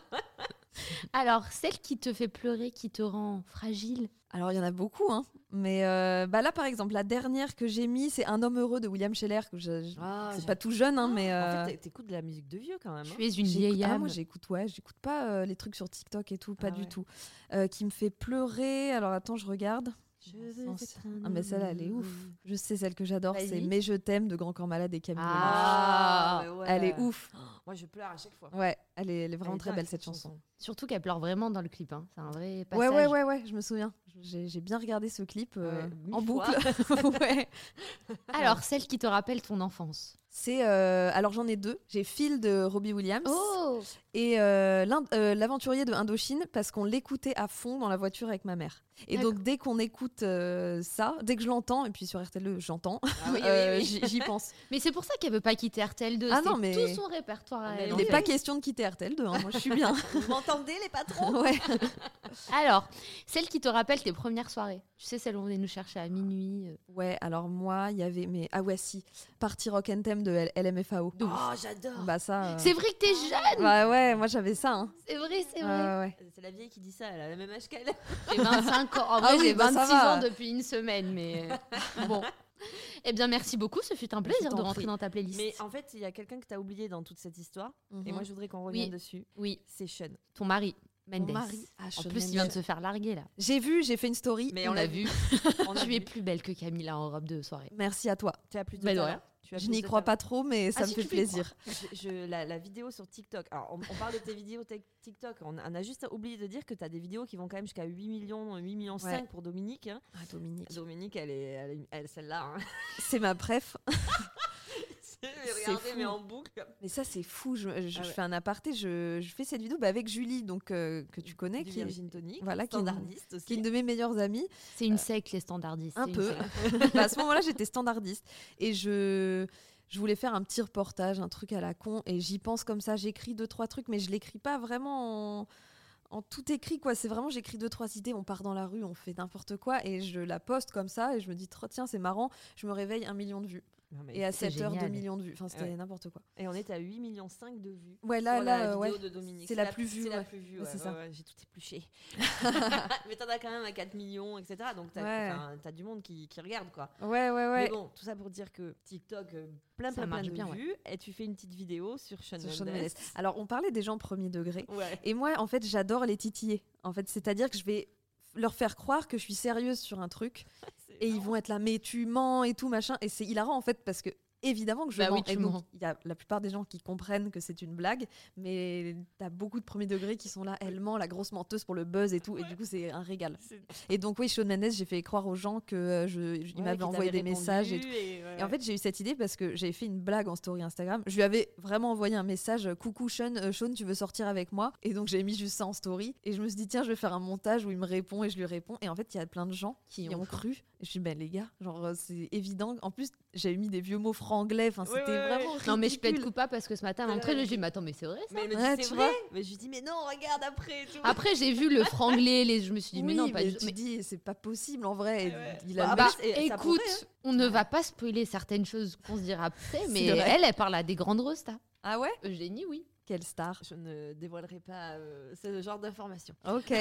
Alors, celle qui te fait pleurer, qui te rend fragile.
alors, il y en a beaucoup, hein. Mais euh, bah là, par exemple, la dernière que j'ai mis, c'est Un homme heureux de William Scheller. que je- je- c'est pas tout jeune, hein, mais.
Ah, En
euh,
fait, t'é- t'écoutes de la musique de vieux quand même. hein.
Tu es une
j'écoute-
vieille
ah,
âme.
moi j'écoute ouais j'écoute pas euh, les trucs sur TikTok et tout pas
Ah
du
ouais.
tout Euh, qui me fait pleurer alors attends je regarde
Je veux
Non,
être
c'est-
un
ah, mais celle-là elle est
homme.
ouf je sais celle que j'adore c'est
Vas-y.
mais je t'aime de Grand Corps Malade et Camille
Ah,
Lelouch.
ouais.
elle est ouf
Moi, je pleure à chaque fois.
ouais elle est, elle est vraiment
Elle est
très
dingue,
belle cette chanson
Surtout qu'elle pleure vraiment dans le clip. hein. C'est un vrai
Ouais,
passage.
ouais, ouais, ouais, je me souviens. J'ai j'ai bien regardé ce clip euh,
Mmh. Ouais, mille
en
fois.
boucle. [laughs] Ouais.
Alors, celle qui te rappelle ton enfance.
C'est euh, alors j'en ai deux. J'ai Phil de Robbie Williams
Oh
et euh, l'Ind- euh, l'aventurier de Indochine parce qu'on l'écoutait à fond dans la voiture avec ma mère. Et
D'accord.
donc dès qu'on écoute euh, ça, dès que je l'entends et puis sur RTL j'entends, [laughs]
Ah oui, oui,
euh,
oui.
j'y j'y pense.
Mais c'est pour ça qu'elle veut pas quitter RTL 2.
Ah
c'est
non, mais-
tout son répertoire. à
Ah, mais
elle,
non,
en
Il n'est
fait.
pas question de quitter RTL 2. hein. Moi je suis bien. [laughs]
Vous m'entendez, les patrons
ouais.
Alors, celle qui te rappelle tes premières soirées. Tu sais, celle où on venait nous chercher à minuit. euh.
ouais. Alors moi il y avait mais ah ouais si party rock and thème de L- LMFAO.
Oh, j'adore
Bah ça. euh,
C'est vrai que t'es jeune
Bah ouais moi j'avais ça. hein.
C'est vrai, c'est vrai.
Ouais, ouais.
C'est la vieille qui dit ça, elle a le même âge qu'elle.
J'ai 25 ans. En
Ah
vrai,
oui,
j'ai
bah,
26
ça va.
ans depuis une semaine, mais euh, bon. Eh bien, merci beaucoup. Ce fut un plaisir
t'en
de rentrer
prie.
dans ta playlist.
Mais en fait, il y a quelqu'un que t'as oublié dans toute cette histoire, et
Mhm.
moi je voudrais qu'on revienne
Oui.
dessus,
Oui,
c'est Sean.
ton mari, Mendes.
Mon mari a
En
Shawn
plus, il
Mendes.
vient de se faire larguer, là.
J'ai vu, j'ai fait une story.
Mais
on
on
l'a
l'a
vu.
On a
Tu
vu.
es plus belle que Camilla en robe de soirée.
Merci à toi.
Tu as plus de
Bah, de
talent.
rien.
Tu as
Je
plus
n'y
de
crois
talent.
pas trop, mais
Ah,
ça me
si,
fait
tu peux y
plaisir.
Je- je- la, la vidéo sur TikTok. Alors, on, on parle de tes vidéos tec- TikTok. On, a- on a juste oublié de dire que tu as des vidéos qui vont quand même jusqu'à 8 millions, 8 millions 5 pour Dominique. hein.
Ah, Dominique.
Dominique, elle est, elle est- elle- celle-là. hein. [laughs]
C'est ma préf.
Je l'ai regardée,
fou.
mais en boucle.
Mais ça, c'est fou. Je, je- je
Ah ouais.
fais un aparté. Je, je fais cette vidéo bah, avec Julie, donc euh, que tu connais,
Du
qui est,
Virgin Tonic,
voilà, qui est une-
standardiste aussi.
qui est une de mes meilleures amies.
C'est une secte, les standardistes.
Un
c'est une
peu.
secte.
[laughs] Bah, à ce moment-là, j'étais standardiste. Et je, je voulais faire un petit reportage, un truc à la con. Et j'y pense comme ça. J'écris deux, trois trucs, mais je l'écris pas vraiment en, en tout écrit. quoi. C'est vraiment, j'écris deux, trois idées. On part dans la rue, on fait n'importe quoi. Et je la poste comme ça. Et je me dis, Trop, tiens, c'est marrant. Je me réveille un million de vues.
Non, mais-
Et à
c'est
7 heures, 2
génial.
millions de vues. Enfin, c'était
Ouais.
n'importe quoi.
Et on est à 8 millions 5 de vues.
Ouais, là,
sur
là,
la
euh,
vidéo
ouais.
de Dominique.
C'est la plus vue,
C'est la
ouais.
plus vue,
Ouais,
ouais,
c'est
ouais,
ça.
ouais, j'ai tout épluché. [laughs] mais t'en as quand même à 4 millions, etc. Donc t'as
Ouais.
enfin, t'as du monde qui, qui regarde, quoi.
Ouais, ouais, ouais.
Mais bon, tout ça pour dire que TikTok, euh, plein,
Ça
plein, plein
marche
de
bien, ouais.
vues. Et tu fais une petite vidéo sur Sean
Sur
Mendes.
Shawn Mendes. Alors, on parlait des gens premier degré.
Ouais.
[laughs] Et moi, en fait, j'adore les titiller. En fait, c'est-à-dire que je vais leur faire croire que je suis sérieuse sur un truc
C'est
et ils
marrant.
vont être là mais tu mens et tout machin et c'est hilarant en fait parce que évidemment que je
Bah oui,
mens.
tu
Et donc,
mens.
il y a la plupart des gens qui comprennent que c'est une blague mais t'as beaucoup de premiers degrés qui sont là elle ment la grosse menteuse pour le buzz et tout et du coup c'est un régal
C'est-
et donc oui Shawn Mendes j'ai fait croire aux gens que euh, je, il
Ouais,
m'avait
qui
envoyé des
t'avait
messages et tout
répondu Et, ouais,
Et en fait, j'ai eu cette idée parce que j'avais fait une blague en story Instagram. Je lui avais vraiment envoyé un message euh, Coucou Sean, euh, Sean, tu veux sortir avec moi Et donc, j'ai mis juste ça en story. Et je me suis dit, tiens, je vais faire un montage où il me répond et je lui réponds. Et en fait, il y a plein de gens qui
ont
ont cru. Et je suis, ben les gars, genre, euh, c'est évident. En plus, j'avais mis des vieux mots franglais. Enfin,
Ouais,
c'était
ouais, ouais.
vraiment.
Non, mais je peux être
ridicule.
coupable parce que ce matin, à l'entrée, je dis Mais attends, mais c'est vrai ça
mais elle me dit,
Ouais,
c'est
tu
vrai. Mais je lui dis, mais non, regarde après. et tout.
Après, j'ai vu le franglais, les... je me suis dit Mais
Oui,
non, pas du
tu
tout. Mais-
dis, c'est pas possible en vrai. Et
Ouais.
Il a
Ah
Bah,
bah, c'est- ça pourrait,
écoute,
hein.
on ne va pas spoiler certaines choses qu'on se dira après, mais
vrai.
elle, elle parle à des grandes restas.
Ah ouais
Eugénie, oui.
Quelle
[laughs]
star
Je ne dévoilerai pas euh, ce genre d'informations.
Ok.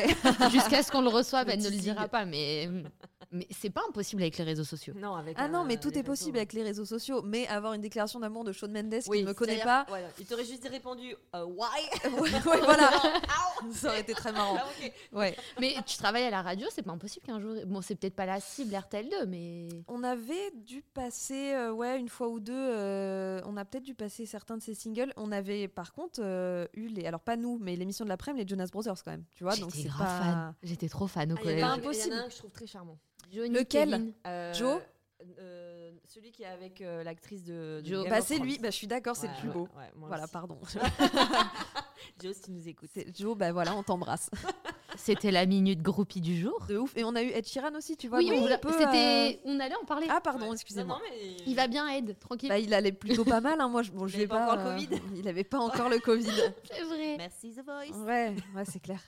[laughs] Jusqu'à ce qu'on le reçoive,
Le
elle ne le
teasing.
dira pas, mais, mais c'est pas impossible avec les réseaux sociaux.
Non, avec
Ah non,
un- euh,
mais tout
les
est possible
réseaux.
avec les réseaux sociaux. Mais avoir une déclaration d'amour de Shawn Mendes qui
Oui,
ne me connaît
c'est-à-dire-
pas,
voilà, Il t'aurait juste répondu euh, Why
[laughs] ouais, ouais, voilà,
Ow
ça aurait été très marrant.
Ah, ok.
Ouais.
Mais tu travailles à la radio, c'est pas impossible qu'un jour. Bon, c'est peut-être pas la cible RTL2, mais.
On avait dû passer, euh, ouais, une fois ou deux, euh, on a peut-être dû passer certains de ces singles. On avait par contre euh, eu les, alors pas nous, mais l'émission de l'après-midi, les Jonas Brothers quand même, tu vois. Donc
J'étais
c'est
grave
pas.
fan. J'étais trop fan au
Ah, il y
collège.
en a un-
impossible.
Il y en a un que je trouve très charmant.
Johnny,
Lequel
Kevin.
Euh,
Joe
euh, Celui qui est avec euh, l'actrice de, de
Joe.
Game
Bah
of
c'est
Thrones.
lui, bah je suis d'accord, c'est
Ouais,
le plus
ouais,
beau.
ouais, moi
Voilà,
aussi.
pardon. [laughs]
Joe, si tu nous écoutes.
C'est Joe, bah voilà,
[laughs]
on t'embrasse.
C'était la minute groupie du jour.
De ouf. Et on a eu Ed Sheeran aussi, tu vois.
oui,
donc
on,
on
voulait-
peut,
c'était- on allait en parler.
euh, Ah pardon,
Ouais.
excusez-moi.
Non, non, mais...
Il va bien, Ed, tranquille.
Bah, il allait plutôt pas mal, hein. moi je, bon, je
avait
vais
pas
pas. euh,
encore le Covid.
[laughs] Il avait pas encore
[laughs]
le Covid.
c'est vrai.
Merci The Voice.
Ouais, ouais, c'est clair.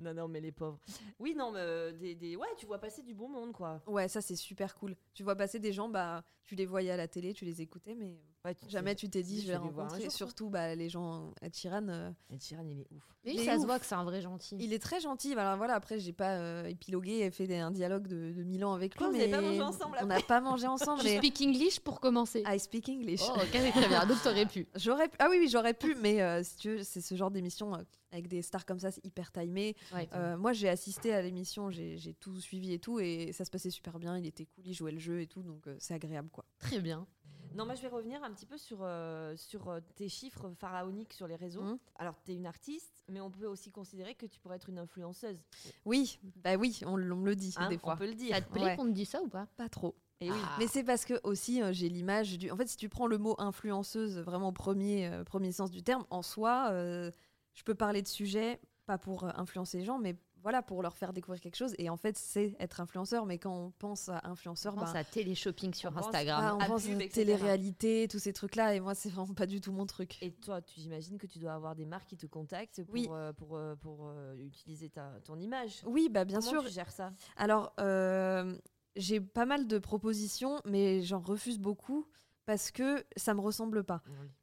Non, non, mais les pauvres. Oui, non, mais euh, des, des... ouais, tu vois passer du bon monde, quoi.
Ouais, ça c'est super cool. Tu vois passer des gens, bah tu les voyais à la télé, tu les écoutais, mais
Ouais, tu-
jamais tu t'es
dis,
dit je
je
vais
vais les voir un
rencontrer.
jour, quoi.
Surtout bah, les gens à Tiran.
Ed Sheeran, il est ouf.
Mais
Mais
ça
ouf.
se voit que c'est un vrai
Mm.
gentil.
Il est très gentil. Alors voilà, après j'ai pas euh, épilogué et fait des- un dialogue de, de mille ans avec lui.
Quoi, vous
mais
avez pas mangé ensemble,
On n'a pas
[laughs]
mangé ensemble,
Je
mais
speak English pour commencer.
I speak English.
Oh, ok, très bien. Donc t'aurais pu.
J'aurais pu- Ah oui, oui, j'aurais pu, mais euh, si tu veux, c'est ce genre d'émission euh, avec des stars comme ça, c'est hyper timé.
[laughs]
Mm.
Ouais.
Euh, moi, j'ai assisté à l'émission, j'ai j'ai tout suivi et tout, et ça se passait super bien. Il était cool, il jouait le jeu et tout, donc euh, c'est agréable, quoi.
Très bien.
Non, moi, je vais revenir un petit peu sur, euh, sur euh, tes chiffres pharaoniques sur les réseaux.
Mhm.
Alors, tu es une artiste, mais on peut aussi considérer que tu pourrais être une influenceuse.
Oui, bah oui, on, l- on me le dit
Hein,
des
On
fois.
peut le dire.
Ça te plaît
Ouais.
qu'on te dise ça ou pas
Pas trop.
Et oui.
Ah.
Mais c'est parce que aussi euh, j'ai l'image du. En fait, si tu prends le mot influenceuse vraiment au premier, euh, premier sens du terme, en soi, euh, je peux parler de sujets, pas pour euh, influencer les gens, mais voilà, pour leur faire découvrir quelque chose. Et en fait, c'est être influenceur. Mais quand on pense à influenceur,
On pense
bah,
à télé-shopping sur
on pense
Instagram.
ah,
à
on pense
pub,
à
etc.
télé-réalité, tous ces trucs-là. Et moi, c'est vraiment pas du tout mon truc.
Et toi, tu j'imagine que tu dois avoir des marques qui te contactent pour,
Oui.
euh, pour, euh, pour, euh, utiliser ta, ton image.
Oui, bah bien
Comment
sûr.
tu gères ça
Alors, euh, j'ai pas mal de propositions, mais j'en refuse beaucoup parce que ça me ressemble pas.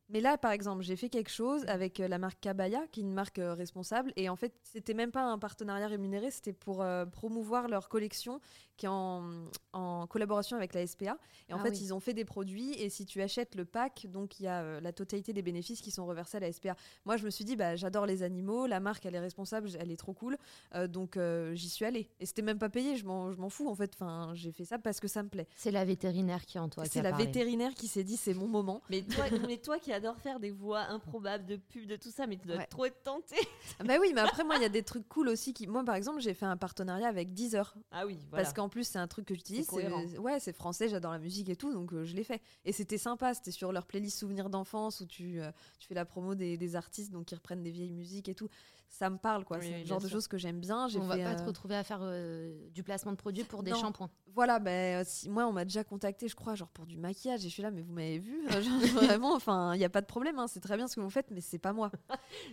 Mais là, par exemple, j'ai fait quelque
Mm.
chose avec euh, la marque Kabaya, qui est une marque euh, responsable. Et en fait, c'était même pas un partenariat rémunéré, c'était pour euh, promouvoir leur collection qui est en, en collaboration avec la SPA. Et en
Ah
fait,
oui.
ils ont fait des produits. Et si tu achètes le pack, donc il y a euh, la totalité des bénéfices qui sont reversés à la SPA. Moi, je me suis dit, bah, j'adore les animaux, la marque, elle est responsable, elle est trop cool. Euh, donc, euh, j'y suis allée. Et c'était même pas payé, je m'en je m'en fous en fait. Enfin, j'ai fait ça parce que ça me plaît.
C'est la vétérinaire qui est en toi. qui
C'est
a
la
parlé.
vétérinaire qui s'est dit, c'est mon moment.
Mais toi, [laughs] mais toi qui adore faire des voix improbables de pub, de tout ça, mais tu dois
Ouais.
trop être tentée.
Ah Bah oui, mais après, moi, il y a des trucs cool aussi. Qui... Moi, par exemple, j'ai fait un partenariat avec Deezer.
Ah oui, voilà.
Parce qu'en plus, c'est un truc que j'utilise.
C'est cohérent.
Ouais, c'est français, j'adore la musique et tout, donc euh, je l'ai fait. Et c'était sympa, c'était sur leur playlist Souvenirs d'enfance où tu, euh, tu fais la promo des, des artistes, donc ils reprennent des vieilles musiques et tout. Ça me parle, quoi.
Oui,
c'est
oui,
le
bien
genre de
sûr.
choses que j'aime bien. J'ai
On va
fait,
pas
euh,
te retrouver à faire euh, du placement de produits pour des
Non.
shampoings.
Voilà, ben si, moi, on m'a déjà contacté, je crois, genre pour du maquillage. Et je suis là, mais vous m'avez vu Euh, genre, [laughs] Vraiment, enfin, il n'y a pas de problème, hein, c'est très bien ce que vous faites, mais c'est pas moi.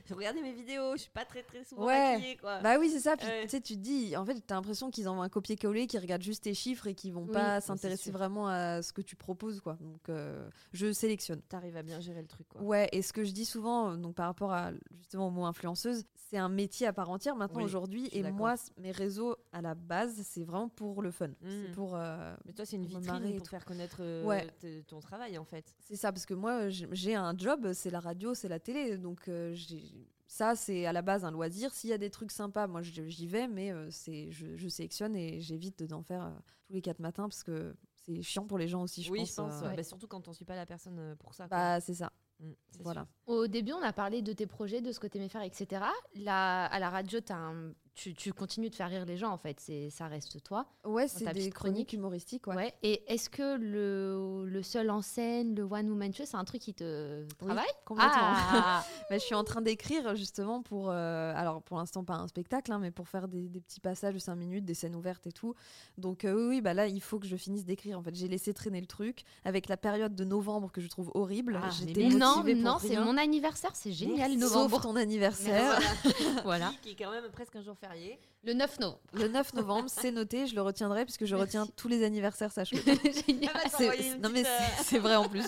Je regardais mes vidéos, je suis pas très très souvent
Ouais.
maquillée, quoi.
Bah oui, c'est ça. Puis
Ouais.
tu sais, tu te dis, en fait, t'as l'impression qu'ils envoient un copier-coller, qu'ils regardent juste tes chiffres et qu'ils vont
Oui,
pas
mais
s'intéresser
bah, sûr.
vraiment à ce que tu proposes, quoi. Donc, euh, je sélectionne.
T'arrives à bien gérer le truc, quoi.
Ouais, et ce que je dis souvent, euh, donc par rapport à justement au mot influenceuse, c'est un métier à part entière maintenant
Oui,
aujourd'hui.
je suis
Et
d'accord.
moi, c- mes réseaux à la base, c'est vraiment pour le fun. C'est
Mhm.
pour. euh,
Mais toi, c'est une
pour me marrer
vitrine
et
pour
tout.
faire connaître euh,
Ouais.
te- ton travail, en fait.
C'est ça, parce que moi, j'ai- j'ai un job, c'est la radio, c'est la télé. Donc, euh, j'ai- ça, c'est à la base un loisir. S'il y a des trucs sympas, moi, je- j'y vais, mais euh, c'est je, je sélectionne et j'évite d'en faire euh, tous les quatre matins parce que c'est chiant pour les gens aussi, je
oui,
pense.
je pense.
euh,
ouais. Bah, surtout quand on suit pas la personne euh, pour ça. quoi.
Bah, c'est ça.
Mm, c'est
Voilà.
sûr.
Au début, on a parlé de tes projets, de ce que t'aimais faire, etc. Là, à la radio, t'as un- tu, tu continues de faire rire les gens, en fait. C'est, ça reste toi.
Ouais, c'est
ta
des
petite
chroniques
chronique.
humoristiques. Ouais.
Ouais. Et est-ce que le, le seul en scène, le one woman show, c'est un truc qui te
Oui,
travaille
complètement.
Ah
[laughs] Bah, je suis en train d'écrire justement pour, euh, alors pour l'instant pas un spectacle, hein, mais pour faire des, des petits passages de 5 minutes, des scènes ouvertes et tout. Donc euh, oui, oui, bah là il faut que je finisse d'écrire. En fait, j'ai laissé traîner le truc avec la période de novembre que je trouve horrible.
Ah,
J'étais
Mais
motivée
non,
pour
non, c'est
rien.
mon anniversaire, c'est génial,
Sauf
novembre.
ton anniversaire.
[laughs] Voilà.
Qui- Qui est quand même presque un jour [laughs] férié.
Le 9 novembre.
Le 9 novembre, c'est noté, je le retiendrai puisque je retiens
Merci.
tous les
[laughs]
anniversaires, sachez-le.
[laughs] Génial.
Elle va
C'est-
t'envoyer bah, une
non mais
petite, euh,
c'est- c'est vrai en
[laughs]
plus.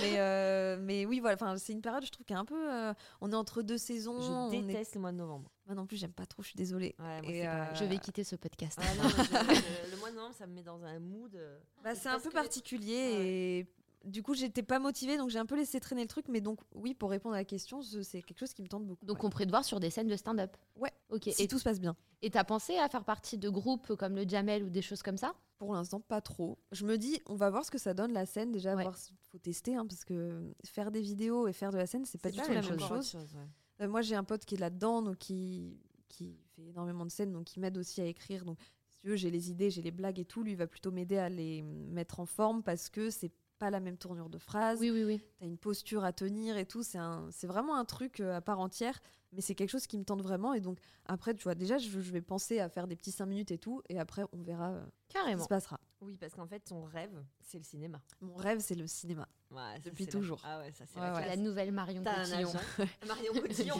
mais, euh, mais oui voilà, enfin c'est une période je trouve qui est un peu, euh, on est entre deux saisons. on
Je
est-
déteste le mois de novembre.
Moi non plus j'aime pas trop, je suis désolée.
Ouais, moi,
Et,
c'est pas-
euh,
Je vais quitter ce podcast.
Ah non, mais [laughs] je- je- le mois de novembre, ça me met dans un mood. euh,
Bah, c'est un
parce
peu
que-
particulier
Ah ouais.
et du coup j'étais pas motivée donc j'ai un peu laissé traîner le truc mais donc oui pour répondre à la question ce- c'est quelque chose qui me tente beaucoup.
Donc
ouais.
on pourrait te voir sur des scènes de stand-up.
Ouais.
Ok.
si
Et
tout se passe bien.
et t'as pensé à faire partie de groupes comme le Jamel ou des choses comme ça
Pour l'instant pas trop. Je me dis on va voir ce que ça donne la scène déjà
Ouais.
voir ce- faut tester hein, parce que faire des vidéos et faire de la scène c'est pas
C'est
du
pas
tout
la
la
même
même
chose.
chose.
ouais.
Euh, moi, j'ai un pote qui est là-dedans, donc qui, qui fait énormément de scènes, donc qui m'aide aussi à écrire. Donc, si tu veux, j'ai les idées, j'ai les blagues et tout. Lui, il va plutôt m'aider à les mettre en forme parce que c'est pas la même tournure de phrase.
Oui, oui, oui.
T'as une posture à tenir et tout. C'est un- c'est vraiment un truc euh, à part entière, mais c'est quelque chose qui me tente vraiment. Et donc, après, tu vois, déjà, je, je vais penser à faire des petits 5 minutes et tout. Et après, on verra euh, ce qui
Carrément.
se passera.
Oui, parce qu'en fait, ton rêve, c'est le cinéma.
Mon rêve, c'est le cinéma. [laughs]
Ouais, ça,
Depuis
c'est la-
toujours.
Ah ouais, ça c'est
Ouais,
la
ouais.
La
classe.
nouvelle Marion
T'as un
Cotillon.
agent. Marion
[laughs]
Cotillon.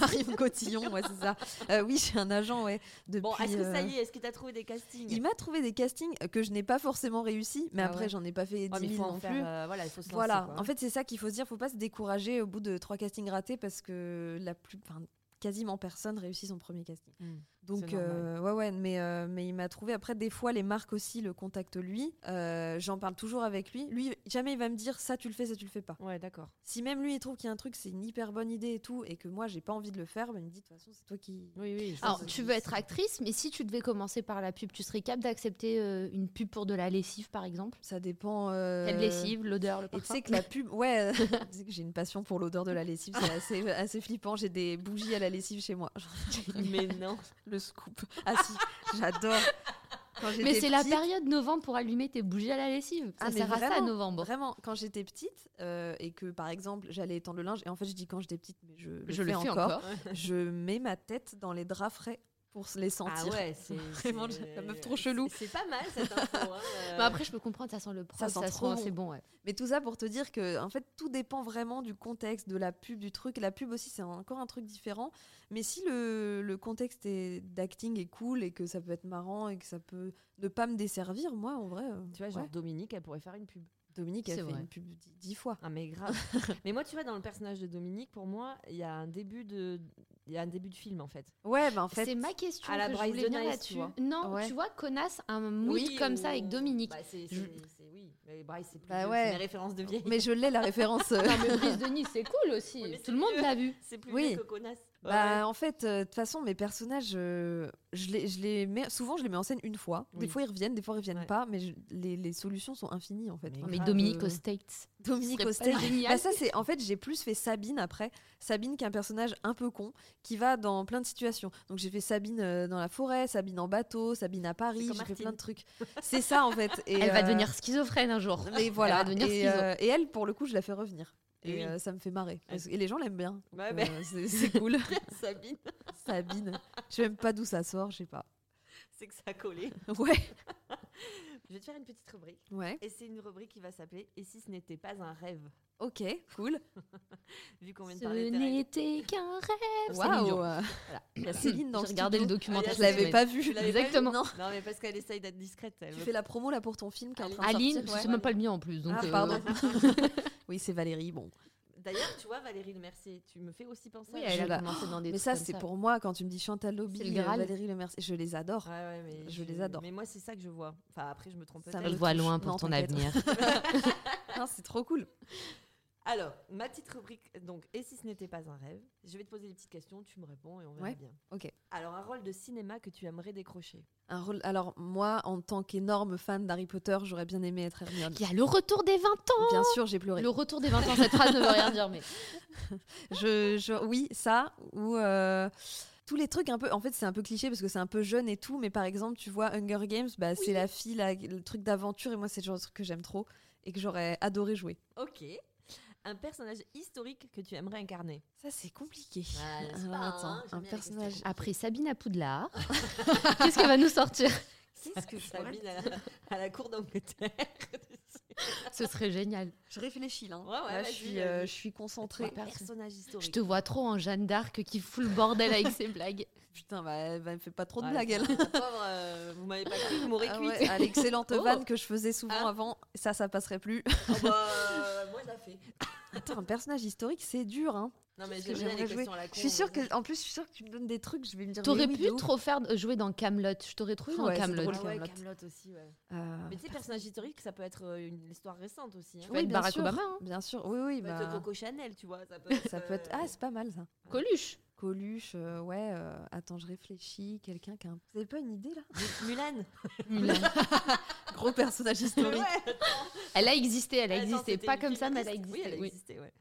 Marion Cotillon, ouais, c'est ça. Euh, oui, j'ai un agent, ouais. Depuis,
bon, est-ce que ça
euh,
y est Est-ce que t'as trouvé des castings
Il m'a trouvé des castings que je n'ai pas forcément réussi, mais
Ah
après
ouais.
j'en ai pas fait 10
Ouais, mais
000
faut en
non
faire,
plus.
euh, voilà, il faut se lancer.
voilà,
quoi.
en fait c'est ça qu'il faut se dire, faut pas se décourager au bout de trois castings ratés parce que la plus, enfin, quasiment personne réussit son premier casting.
Mm.
Donc
C'est normal.
euh, ouais ouais, mais euh, mais il m'a trouvé. Après des fois les marques aussi le contactent lui. Euh, J'en parle toujours avec lui. Lui jamais il va me dire ça tu le fais, ça tu le fais pas.
Ouais, d'accord.
Si même lui il trouve qu'il y a un truc c'est une hyper bonne idée et tout et que moi j'ai pas envie de le faire, bah, il me dit de toute façon c'est toi qui.
Oui, oui.
Alors, tu veux être actrice, mais si tu devais commencer par la pub, tu serais capable d'accepter euh, une pub pour de la lessive, par exemple
Ça dépend. Euh...
Quelle lessive, l'odeur, le
Et tu
parfum
sais que la pub, ouais, euh, [laughs] tu sais que j'ai une passion pour l'odeur de la lessive, c'est assez, assez flippant. J'ai des bougies à la lessive chez moi. [laughs]
[laughs] Mais non.
Le scoop. Ah si, j'adore. Quand j'étais
Mais c'est la
petite-
période novembre pour allumer tes bougies à la lessive. Ça
Ah, mais
sert à ça,
vraiment,
novembre.
Vraiment, quand j'étais petite euh, et que par exemple j'allais étendre le linge, et en fait je dis quand j'étais petite, mais je le,
Je
fais,
le fais
encore,
encore.
je mets ma tête dans les draps frais pour les sentir.
Ah ouais, c'est
Vraiment,
c'est-
la meuf trop chelou. Bah,
C'est pas mal cette
[laughs]
info. hein, euh.
Mais Bah, après, je peux comprendre, ça sent le propre, ça
sent
sent,
trop bon.
c'est bon. ouais.
Mais tout ça pour te dire que, en fait, tout dépend vraiment du contexte, de la pub, du truc. La pub aussi, c'est encore un truc différent. Mais si le, le contexte est- d'acting est cool et que ça peut être marrant et que ça peut ne pas me desservir, moi, en vrai, euh,
Tu vois, genre
ouais.
Dominique, elle pourrait faire une pub.
Dominique a
C'est
fait
vrai.
une pub dix, dix fois.
Ah mais [laughs] grave. mais moi, tu vois, dans le personnage de Dominique, pour moi, il y a un début de, il y a un début de film en fait.
Ouais, bah en fait,
c'est ma question.
à la
que je
Bryce
voulais venir
Denise,
là-dessus.
tu vois.
Non,
Ouais.
tu vois, connasse, un mood comme ça avec
ou-
Dominique.
Bah, c'est, c'est,
Je-
c'est- oui. Mais Bryce, c'est plus
Bah
vieux,
ouais.
c'est mes références de vieille.
mais je l'ai la
[laughs]
référence. euh,
Non, mais Brise bah, de Nice, c'est cool aussi.
Oui, mais
Tout
c'est
le monde
mieux.
l'a vu.
[laughs] C'est plus
Oui.
vieux que Conas.
Bah, en fait, euh, de toute façon, mes personnages, euh, je, les, je les mets, souvent je les mets en scène une fois. Des
Oui.
fois ils reviennent, des fois ils reviennent
Ouais.
pas, mais je- les, les solutions sont infinies en fait.
Mais
Non,
Enfin,
Oh, mais
grave,
Dominique
euh,
aux States.
Dominique
Ce serait
Hostel.
pas génial.
Bah ça c'est en fait j'ai plus fait Sabine après Sabine qui est un personnage un peu con qui va dans plein de situations donc j'ai fait Sabine euh, dans la forêt Sabine en bateau Sabine à Paris
C'est comme
j'ai
Martine.
fait plein de trucs c'est ça en fait et,
Elle va
euh,
devenir [laughs] schizophrène un jour.
mais voilà
va devenir Eh
et,
schizo.
euh, et elle pour le coup je la fais revenir
Et
et
oui.
euh, ça me fait marrer
Ah
Parce que- et les gens l'aiment bien
Ouais,
Donc,
mais-
ben.
euh, [laughs] c'est- c'est
[laughs]
cool
Sabine, [laughs]
Sabine je sais même pas d'où ça sort je sais pas
c'est que ça a collé.
ouais
[laughs] Je vais te faire une petite rubrique.
ouais
Et c'est une rubrique qui va s'appeler Et si ce n'était pas un rêve
ok cool
Vu qu'on vient de
Ce
parler de rêve.
n'était qu'un rêve. Céline Dion.
waouh euh, il y a Céline dans
J'ai
le
regardé le
studio.
documentaire.
Ah,
je
cette
l'avais
semaine.
pas vu
Tu l'avais pas vu
Exactement.
Non. Non, mais parce qu'elle essaye d'être discrète. Elle
tu
veut
fais la promo là pour ton film qui est en train de
Aline,
sortir,
je
ouais.
sais même pas le mien en plus. Donc,
ah,
euh,
pardon. oui, c'est Valérie, bon.
D'ailleurs, tu vois, Valérie Le Mercier, tu me fais aussi penser
Oui,
à
elle
Je
a
la-
commencé dans des
Mais
trucs
ça,
comme
c'est pour moi, quand tu me dis Chantal Lobby,
C'est le
euh,
Graal.
Valérie Le Mercier, je les adore.
Ouais, ouais, mais
Je les adore.
Mais moi, c'est ça que je vois. Enfin, après, je me trompe
Ça
Je le
me-
peut-être.
vois loin
Non,
pour ton
t'inquiète.
avenir.
Non, c'est trop cool.
Alors, ma petite rubrique, donc, et si ce n'était pas un rêve Je vais te poser des petites questions, tu me réponds et on verra
Ouais,
bien.
ok.
Alors, un rôle de cinéma que tu aimerais décrocher
Un rôle- Alors, moi, en tant qu'énorme fan d'Harry Potter, j'aurais bien aimé être Hermione.
Il y a le retour des 20 ans.
Bien sûr, j'ai pleuré.
Le retour des 20 ans, cette phrase ne veut rien dire, mais
Je, je- Oui, ça, ou euh, tous les trucs un peu. En fait, c'est un peu cliché parce que c'est un peu jeune et tout, mais par exemple, tu vois Hunger Games, bah, c'est la fille, la- le truc d'aventure, et moi, c'est le genre de truc que j'aime trop et que j'aurais adoré jouer.
Ok. Un personnage historique que tu aimerais incarner
Ça, c'est compliqué.
Ah, n'est-ce
Alors,
pas, hein
attends,
J'aime
un
bien les questions
personnage.
après Sabine à Poudlard, [laughs] qu'est-ce qu'elle va nous sortir
Qu'est-ce que Sabine à la, à la cour d'Angleterre
Ce serait génial.
Je réfléchis là.
Ouais, ouais,
Là, je
vas-y,
suis,
vas-y.
euh, je suis concentrée.
personnage
Je
historique.
te vois trop en Jeanne d'Arc qui fout le bordel avec ses blagues.
Putain, bah, elle bah, elle me fait pas trop de
Ouais,
blagues, elle.
La [laughs] pauvre, euh, vous m'avez pas cru, vous m'aurez
Ah
cuite.
ouais, à [laughs] l'excellente
Te
vanne.
vanne que je faisais souvent
Ah.
avant, ça, ça passerait plus.
[laughs]
Ah bah, euh, moi, je la fais.
Putain, un personnage historique, c'est dur. Hein.
Non, mais
Parce que
j'aime bien les
j'aimerais
questions à la con.
Je suis sûre que, en plus, je suis sûre que tu me donnes des trucs, je vais me dire.
T'aurais
mais oui,
pu
de ouf.
trop faire euh, jouer dans Camelot. Je t'aurais trouvé dans
Ouais, c'est
Camelot.
drôle.
Ah ouais,
Kaamelott.
Kaamelott aussi, ouais.
Euh,
Mais tu sais, personnage historique, ça peut être euh, une histoire récente aussi. hein.
peux être
bien
Barack
sûr,
Obama,
[laughs]
hein.
Bien sûr, oui, oui.
Ça peut être
bah,
Coco Chanel, tu vois. Ça peut être. euh,
ça peut être. Ah, c'est pas mal ça.
Coluche.
Coluche, euh, ouais. euh, attends, je réfléchis. Quelqu'un qui a. un- Vous avez pas une idée là
euh, Mulan.
Gros personnage historique.
[laughs] Elle a existé, elle a
Attends,
existé.
c'était
Pas
une
comme ça, mais elle a
féministe.
existé.
Oui, elle a
oui.
existé, ouais.